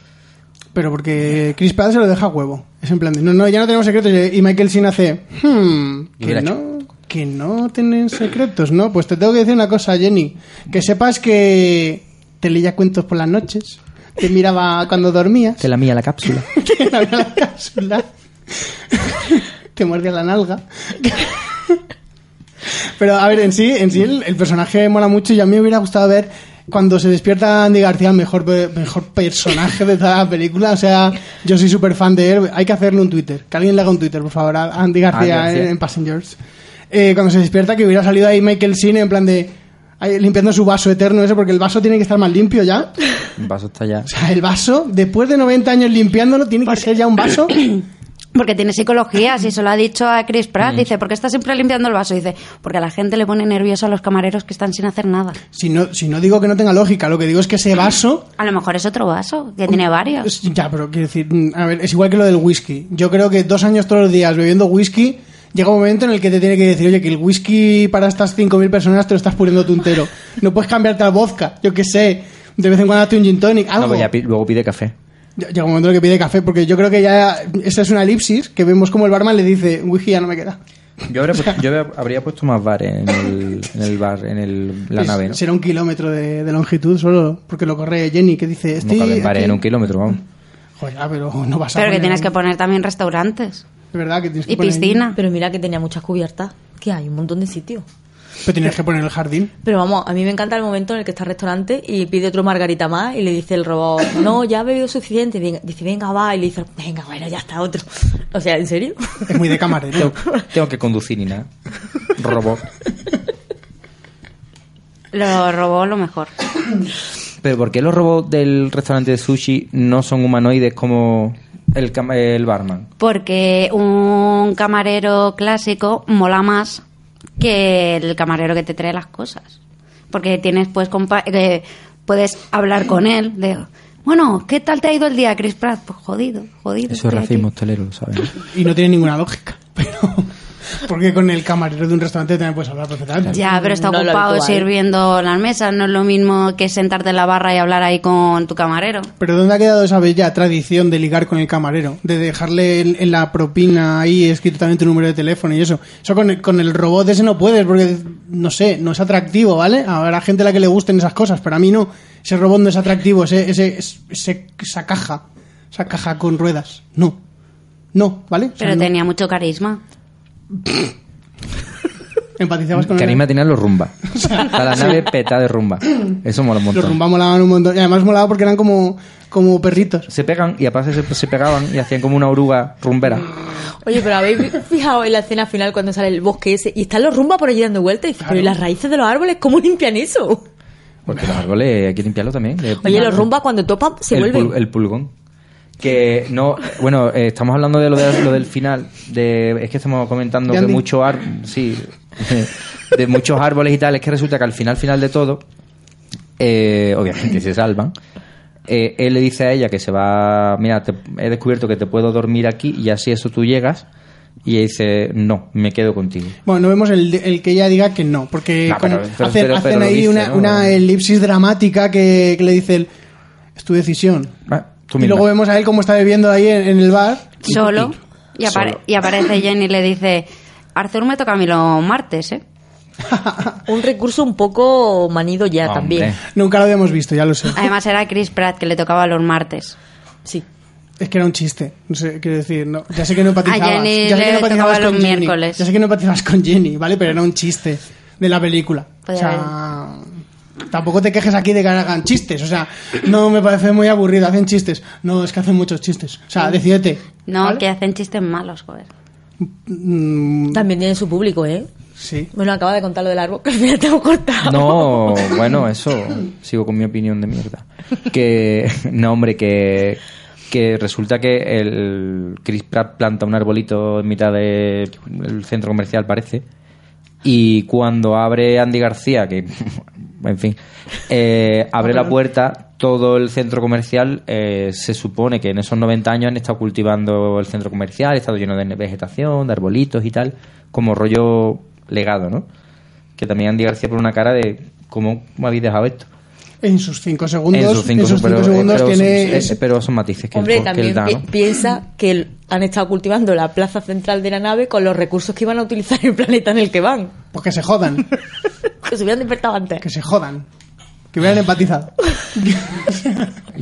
Pero porque Chris Pratt se lo deja a huevo. Es en plan de, no, no, ya no tenemos secretos. Y Michael Sin hace, hmm, que
Hubiera
no, que no tienen secretos, ¿no? Pues te tengo que decir una cosa, Jenny. Que sepas que te leía cuentos por las noches, te miraba cuando dormías,
Te la mía la cápsula.
te lavaba la cápsula, te mordía la nalga. Pero a ver, en sí, en sí el, el personaje mola mucho y a mí me hubiera gustado ver cuando se despierta Andy García, el mejor, pe- mejor personaje de toda la película. O sea, yo soy súper fan de él. Hay que hacerle un Twitter. Que alguien le haga un Twitter, por favor, a Andy García
Andy García.
en, en Passengers. Eh, cuando se despierta, que hubiera salido ahí Michael Cine en plan de. ahí limpiando su vaso eterno, eso, porque el vaso tiene que estar más limpio ya.
El vaso está ya...
O sea, el vaso, después de 90 años limpiándolo, tiene que ser ya un vaso.
Porque tiene psicología, si se lo ha dicho a Chris
Mm.
Pratt, dice, ¿por qué está siempre limpiando el vaso? Dice, porque a la gente le pone nervioso a los camareros que están sin hacer nada.
Si no, si no digo que no tenga lógica, lo que digo es que ese vaso
A lo mejor es otro vaso, que tiene varios.
Es- Ya, pero quiero decir, mm, a ver, es igual que lo del whisky. Yo creo que dos años todos los días bebiendo whisky, llega un momento en el que te tiene que decir, oye, que el whisky para estas 5.000 personas te lo estás poniendo tú entero. No puedes cambiarte al vodka, yo qué sé. De vez en cuando hazte un gin tonic,
No,
algo.
pues ya pi- luego pide café.
Ya- Llega un momento en el que pide café, porque yo creo que ya esa es una elipsis que vemos como el barman le dice, whisky ya no me queda.
Yo habría, puesto- yo habría- habría puesto más bares en el, en el bar, en el, la
Es-
nave, ¿no?
Será un kilómetro de, de longitud solo, porque lo corre Jenny, que dice,
No
estoy...
caben bares
aquí".
en un kilómetro, vamos.
Joder, ya, pero no vas a
Pero que
poner-
tienes que poner también restaurantes
Es verdad que tienes que
y
poner-
piscina.
Pero mira que tenía muchas cubiertas, que hay un montón de sitios.
Pero tienes que poner el jardín.
Pero vamos, a mí me encanta el momento en el que está el restaurante y pide otro margarita más y le dice el robot, no, ya ha bebido suficiente. Y venga- dice, venga, va. Y le dice, venga, bueno, ya está otro. O sea, ¿en serio?
Es muy de camarero.
Tengo, tengo que conducir y nada. Robot.
Lo robó lo mejor.
Pero ¿por qué los robots del restaurante de sushi no son humanoides como el, cam- el barman?
Porque un camarero clásico mola más que el camarero que te trae las cosas. Porque tienes, pues, compa- eh, puedes hablar con él de, Bueno, ¿qué tal te ha ido el día, Chris Pratt? Pues jodido, jodido.
Eso es
estoy
racismo
aquí.
hostelero, ¿sabes?
Y no tiene ninguna lógica, pero... Porque con el camarero de un restaurante también puedes hablar perfectamente.
Ya, pero está
No lo
ocupado
habitual.
sirviendo las mesas. No es lo mismo que sentarte en la barra y hablar ahí con tu camarero.
Pero ¿dónde ha quedado esa bella tradición de ligar con el camarero? De dejarle en, en la propina ahí escrito también tu número de teléfono y eso. Eso con el, con el robot ese no puedes porque, no sé, no es atractivo, ¿vale? Habrá gente a la que le gusten esas cosas, pero a mí no. Ese robot no es atractivo, ese, ese, ese- esa caja, esa caja con ruedas. No. No, ¿vale? O sea,
Pero
no.
tenía mucho carisma.
Empatizabas con
Que
él.
anima a tener los rumba. Está la nave peta de rumba. Eso mola un montón.
Los rumba molaban un montón. Y además molaba porque eran como, como perritos.
Se pegan y aparte se, se pegaban y hacían como una oruga rumbera.
Oye, pero habéis fijado en la escena final cuando sale el bosque ese y están los rumbas por allí dando vueltas. Y dices, Pero ¿y las raíces de los árboles, ¿cómo limpian eso?
Porque los árboles hay que limpiarlo también. Le-
Oye, los rumbas cuando topan se
el,
vuelven.
pul- el pulgón. Que no, bueno, eh, estamos hablando de lo, de lo del final. De, es que estamos comentando
De
que
Andy.
muchos ar- sí, de muchos árboles y tal. Es que resulta que al final, final de todo, eh, obviamente se salvan. Eh, él le dice a ella que se va, mira, te- he descubierto que te puedo dormir aquí y así eso tú llegas. Y ella dice, no, me quedo contigo.
Bueno, no vemos el, el que ella diga que no, porque
No,
como
pero- pero-
hacen,
pero-
hacen
pero lo
ahí
dice,
una,
¿no?
una elipsis dramática que, que le dice él, es tu decisión.
Va, Ah, tú
y
misma.
luego vemos a él cómo está bebiendo ahí en, en el bar.
Solo. Y, apare-
Solo.
y aparece Jenny y le dice, Arthur me toca a mí los martes, ¿eh?
Un recurso un poco manido ya
Hombre.
también.
Nunca lo habíamos visto, ya lo sé.
Además era Chris Pratt que le tocaba los martes.
Sí.
Es que era un chiste. No sé, quiero decir, no, ya sé que no empatizabas.
A Jenny
ya sé
le
que no empatizabas
eh, tocaba
con
los
Jenny.
miércoles.
Ya sé que no empatizabas con Jenny, ¿vale? Pero era un chiste de la película.
Podía
o sea, tampoco te quejes aquí de que hagan chistes. O sea, no me parece muy aburrido, hacen chistes. No, es que hacen muchos chistes. O sea, decídete.
No,
¿vale?
que hacen chistes malos, joder.
Mm,
También tiene su público, ¿eh?
sí.
Bueno, acaba de contar lo del árbol, que al final te hemos cortado.
No, bueno, eso. Sigo con mi opinión de mierda. Que, no, hombre, que, que resulta que el Chris Pratt planta un arbolito en mitad del centro comercial, parece. Y cuando abre Andy García, que, en fin, eh, abre la puerta, todo el centro comercial eh, se supone que en esos 90 años han estado cultivando el centro comercial, ha estado lleno de vegetación, de arbolitos y tal, como rollo legado, ¿no? que también Andy García por una cara de cómo me habéis dejado esto.
En sus cinco segundos, en sus cinco,
pero-
segundos
pero
tiene...
son, eh, pero son matices que,
Hombre,
él, que él
también
da,
pi-
¿no?
piensa que el- han estado cultivando la plaza central de la nave con los recursos que iban a utilizar en el planeta en el que van.
Pues que se jodan,
Que se hubieran despertado antes.
que se jodan. Que hubieran empatizado.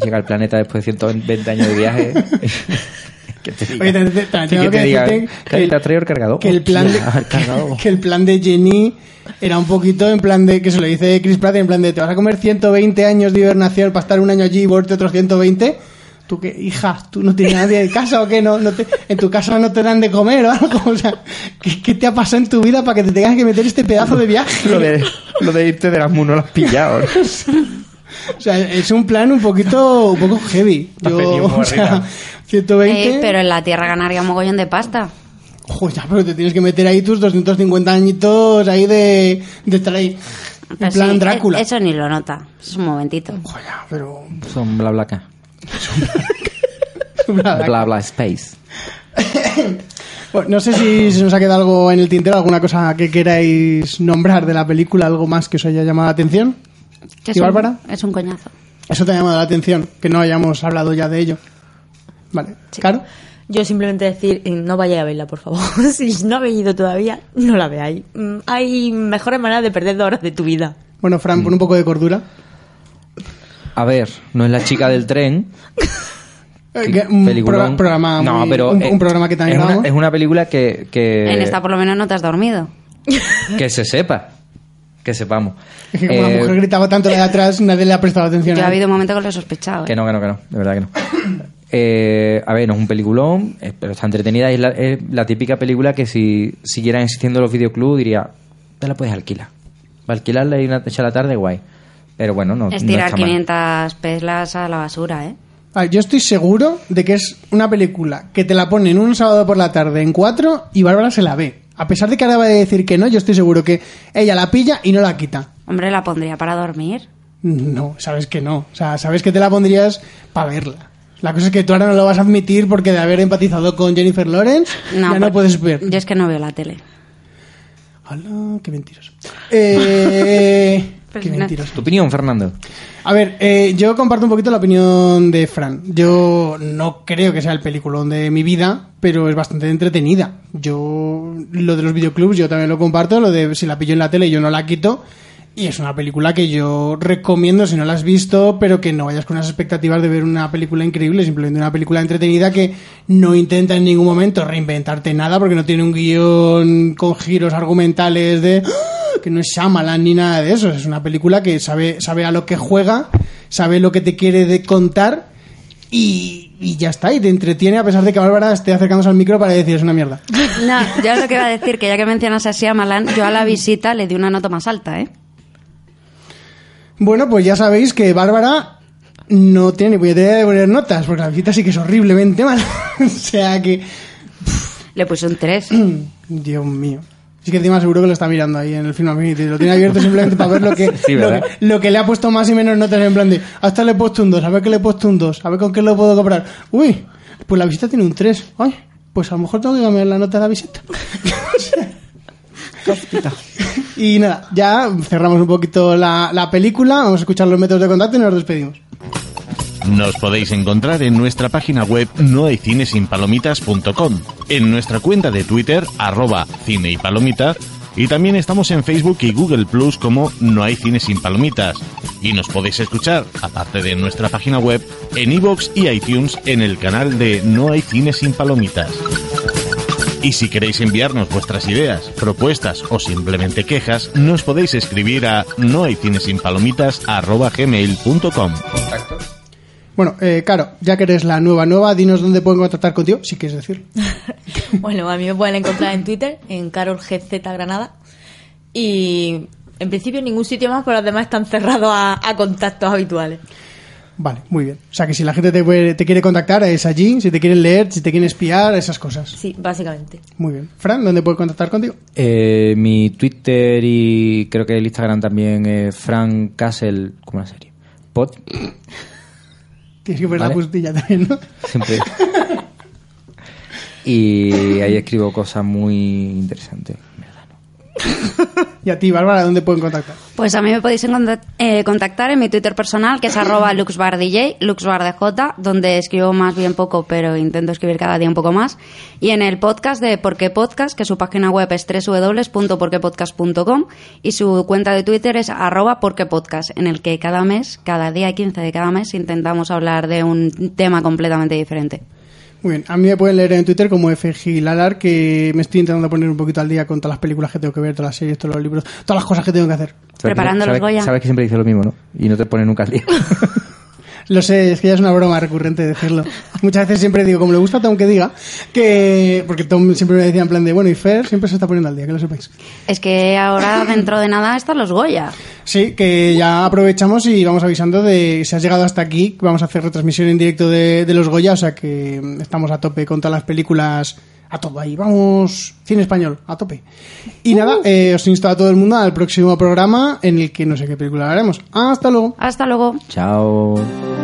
Llega al planeta después de 120 años de viaje. que te diga.
Oye, también te- también
Sí,
tengo
que
que
te diga,
decirte
"Cari,
que el-
¿te has traído el cargador?
Que el plan de,
Hostia, el cargador.
que el plan de Jenny era un poquito en plan de... Que se lo dice Chris Pratt en plan de... Te vas a comer 120 años de hibernación para estar un año allí y volverte otros 120... Tú que, hija, tú no tienes nadie en casa o qué, no, no te- en tu casa no te dan de comer o algo, o sea, ¿qué, qué te ha pasado en tu vida para que te tengas que meter este pedazo de viaje?
lo, de, lo de irte de las no lo has pillado. ¿no?
O sea, es un plan un poquito, un poco heavy.
Ha venido
Yo, o sea,
morrida.
120.
Eh, pero en la Tierra ganaría mogollón de pasta.
Ojo, ya, pero te tienes que meter ahí tus 250 añitos ahí de, de estar ahí. En
Pero
plan
sí,
Drácula.
eh, Eso ni lo nota. Es un momentito.
Ojo, ya, pero.
Son bla bla bla bla bla space.
Bueno, no sé si se nos ha quedado algo en el tintero, alguna cosa que queráis nombrar de la película, algo más que os haya llamado la atención.
Que es
¿Y
un-
Bárbara?
Es un coñazo.
Eso te ha llamado la atención, que no hayamos hablado ya de ello. Vale, claro.
Yo simplemente decir, eh, no vayáis a verla, por favor. si no habéis ido todavía, no la veáis. Mm, Hay mejores maneras de perder dos horas de tu vida.
Bueno, Fran,
Mm.
pon un poco de cordura.
A ver, no es la chica del tren,
Eh, que un
peliculón.
progra- programa
no,
muy-
pero
un,
eh,
un programa que también
es una,
grabamos.
es una película que, que
En esta por lo menos no te has dormido.
que se sepa, que sepamos.
Es que como la
Eh,
mujer gritaba tanto la de atrás, nadie le ha prestado atención.
Yo
a
ha
él.
habido un momento que lo he sospechado. ¿eh?
Que no, que no, que no, de verdad que no. Eh, a ver, no es un peliculón, eh, pero está entretenida. y Es la, es la típica película que si siguieran existiendo los videoclubs diría, te la puedes alquilar. Para alquilarla y una echa la tarde, guay. Pero bueno, no, no
Es tirar
está mal.
500 peslas a la basura, ¿eh?
A ver, Ah, yo estoy seguro de que es una película que te la ponen un sábado por la tarde en cuatro y Bárbara se la ve. A pesar de que ahora va a decir que no, yo estoy seguro que ella la pilla y no la quita.
Hombre, la pondría para dormir.
No, sabes que no. O sea, sabes que te la pondrías para verla. La cosa es que tú ahora no lo vas a admitir porque de haber empatizado con Jennifer Lawrence, ya no
porque
puedes ver.
Yo es que no veo la tele.
¡Hala! ¡Qué mentiroso! Eh,
Pues
¡Qué
no.
mentiroso!
Tu opinión, Fernando.
A ver, eh, yo comparto un poquito la opinión de Fran. Yo no creo que sea el peliculón de mi vida, pero es bastante entretenida. Yo, lo de los videoclubs, yo también lo comparto. Lo de si la pillo en la tele, yo no la quito. Y es una película que yo recomiendo si no la has visto, pero que no vayas con unas expectativas de ver una película increíble, simplemente una película entretenida que no intenta en ningún momento reinventarte nada porque no tiene un guión con giros argumentales de ¡Ah! que no es Shyamalan ni nada de eso. Es una película que sabe, sabe a lo que juega, sabe lo que te quiere de contar y, y ya está. Y te entretiene a pesar de que Bárbara esté acercándose al micro para decir es una mierda.
No, yo lo que iba a decir, que ya que mencionas a Shyamalan, yo a la visita le di una nota más alta, ¿eh?
Bueno, pues ya sabéis que Bárbara no tiene ni puñetera idea de poner notas, porque la visita sí que es horriblemente mala. o sea que,
Le puse un 3.
Dios mío. Es que encima seguro que lo está mirando ahí en el Film Affinity. Lo tiene abierto simplemente para ver lo que,
Sí,
lo,
¿verdad?
que, lo que le ha puesto más y menos notas en plan de hasta le he puesto un 2, a ver qué le he puesto un 2, a ver con qué lo puedo comprar. Uy, pues la visita tiene un 3. Ay, pues a lo mejor tengo que cambiar la nota de la visita. y nada, ya cerramos un poquito la, la película, vamos a escuchar los métodos de contacto y nos despedimos.
Nos podéis encontrar en nuestra página web nohaycinesinpalomitas.com, en nuestra cuenta de Twitter, arroba cine y palomita, y también estamos en Facebook y Google Plus como No hay cine sin palomitas. Y nos podéis escuchar, aparte de nuestra página web, en iVoox y iTunes en el canal de No hay cine sin palomitas. Y si queréis enviarnos vuestras ideas, propuestas o simplemente quejas, nos podéis escribir a no hay cine sin palomitas arroba gmail.com.
Bueno, eh, Caro, ya que eres la nueva nueva, dinos dónde pueden contactar contigo, si quieres decir.
Bueno, a mí me pueden encontrar en Twitter, en CarolGZ Granada. Y en principio en ningún sitio más, pero los demás están cerrados a, a contactos habituales.
Vale, muy bien. O sea que si la gente te, puede- te quiere contactar, es allí. Si te quieren leer, si te quieren espiar, esas cosas.
Sí, básicamente.
Muy bien. Fran, ¿dónde puedo contactar contigo?
Eh, mi Twitter y creo que el Instagram también es Frank Castle, como la serie. Pod,
Tienes que poner la
Vale.
pustilla también, ¿no?
siempre. y ahí escribo cosas muy interesantes.
Y a ti, Bárbara, ¿dónde pueden contactar?
Pues a mí me podéis encontra- eh, contactar en mi Twitter personal, que es arroba luxbardj, luxbardj, donde escribo más bien poco, pero intento escribir cada día un poco más. Y en el podcast de Por qué Podcast, que su página web es www.porquepodcast.com y su cuenta de Twitter es arroba porquepodcast, en el que cada mes, cada día 15 de cada mes, intentamos hablar de un tema completamente diferente.
Muy bien. A mí me pueden leer en Twitter como FGLalar, que me estoy intentando poner un poquito al día con todas las películas que tengo que ver, todas las series, todos los libros, todas las cosas que tengo que hacer.
¿Sabes
Preparando
que-
los
sabes-
Goya.
Sabes que siempre dice lo mismo, ¿no? Y no te pone nunca al día.
Lo sé, es que ya es una broma recurrente decirlo. Muchas veces siempre digo, como le gusta a Tom que diga, que... Porque Tom siempre me decía en plan de, bueno, y Fer siempre se está poniendo al día, que lo sepáis.
Es que ahora, dentro de nada, están los Goya.
Sí, que ya aprovechamos y vamos avisando de si has llegado hasta aquí, que vamos a hacer retransmisión en directo de, de los Goya, o sea que mm, estamos a tope con todas las películas, a todo ahí, vamos, cine español, a tope. Y nada, eh, os insto a todo el mundo al próximo programa en el que no sé qué película haremos. Hasta luego.
Hasta luego.
Chao.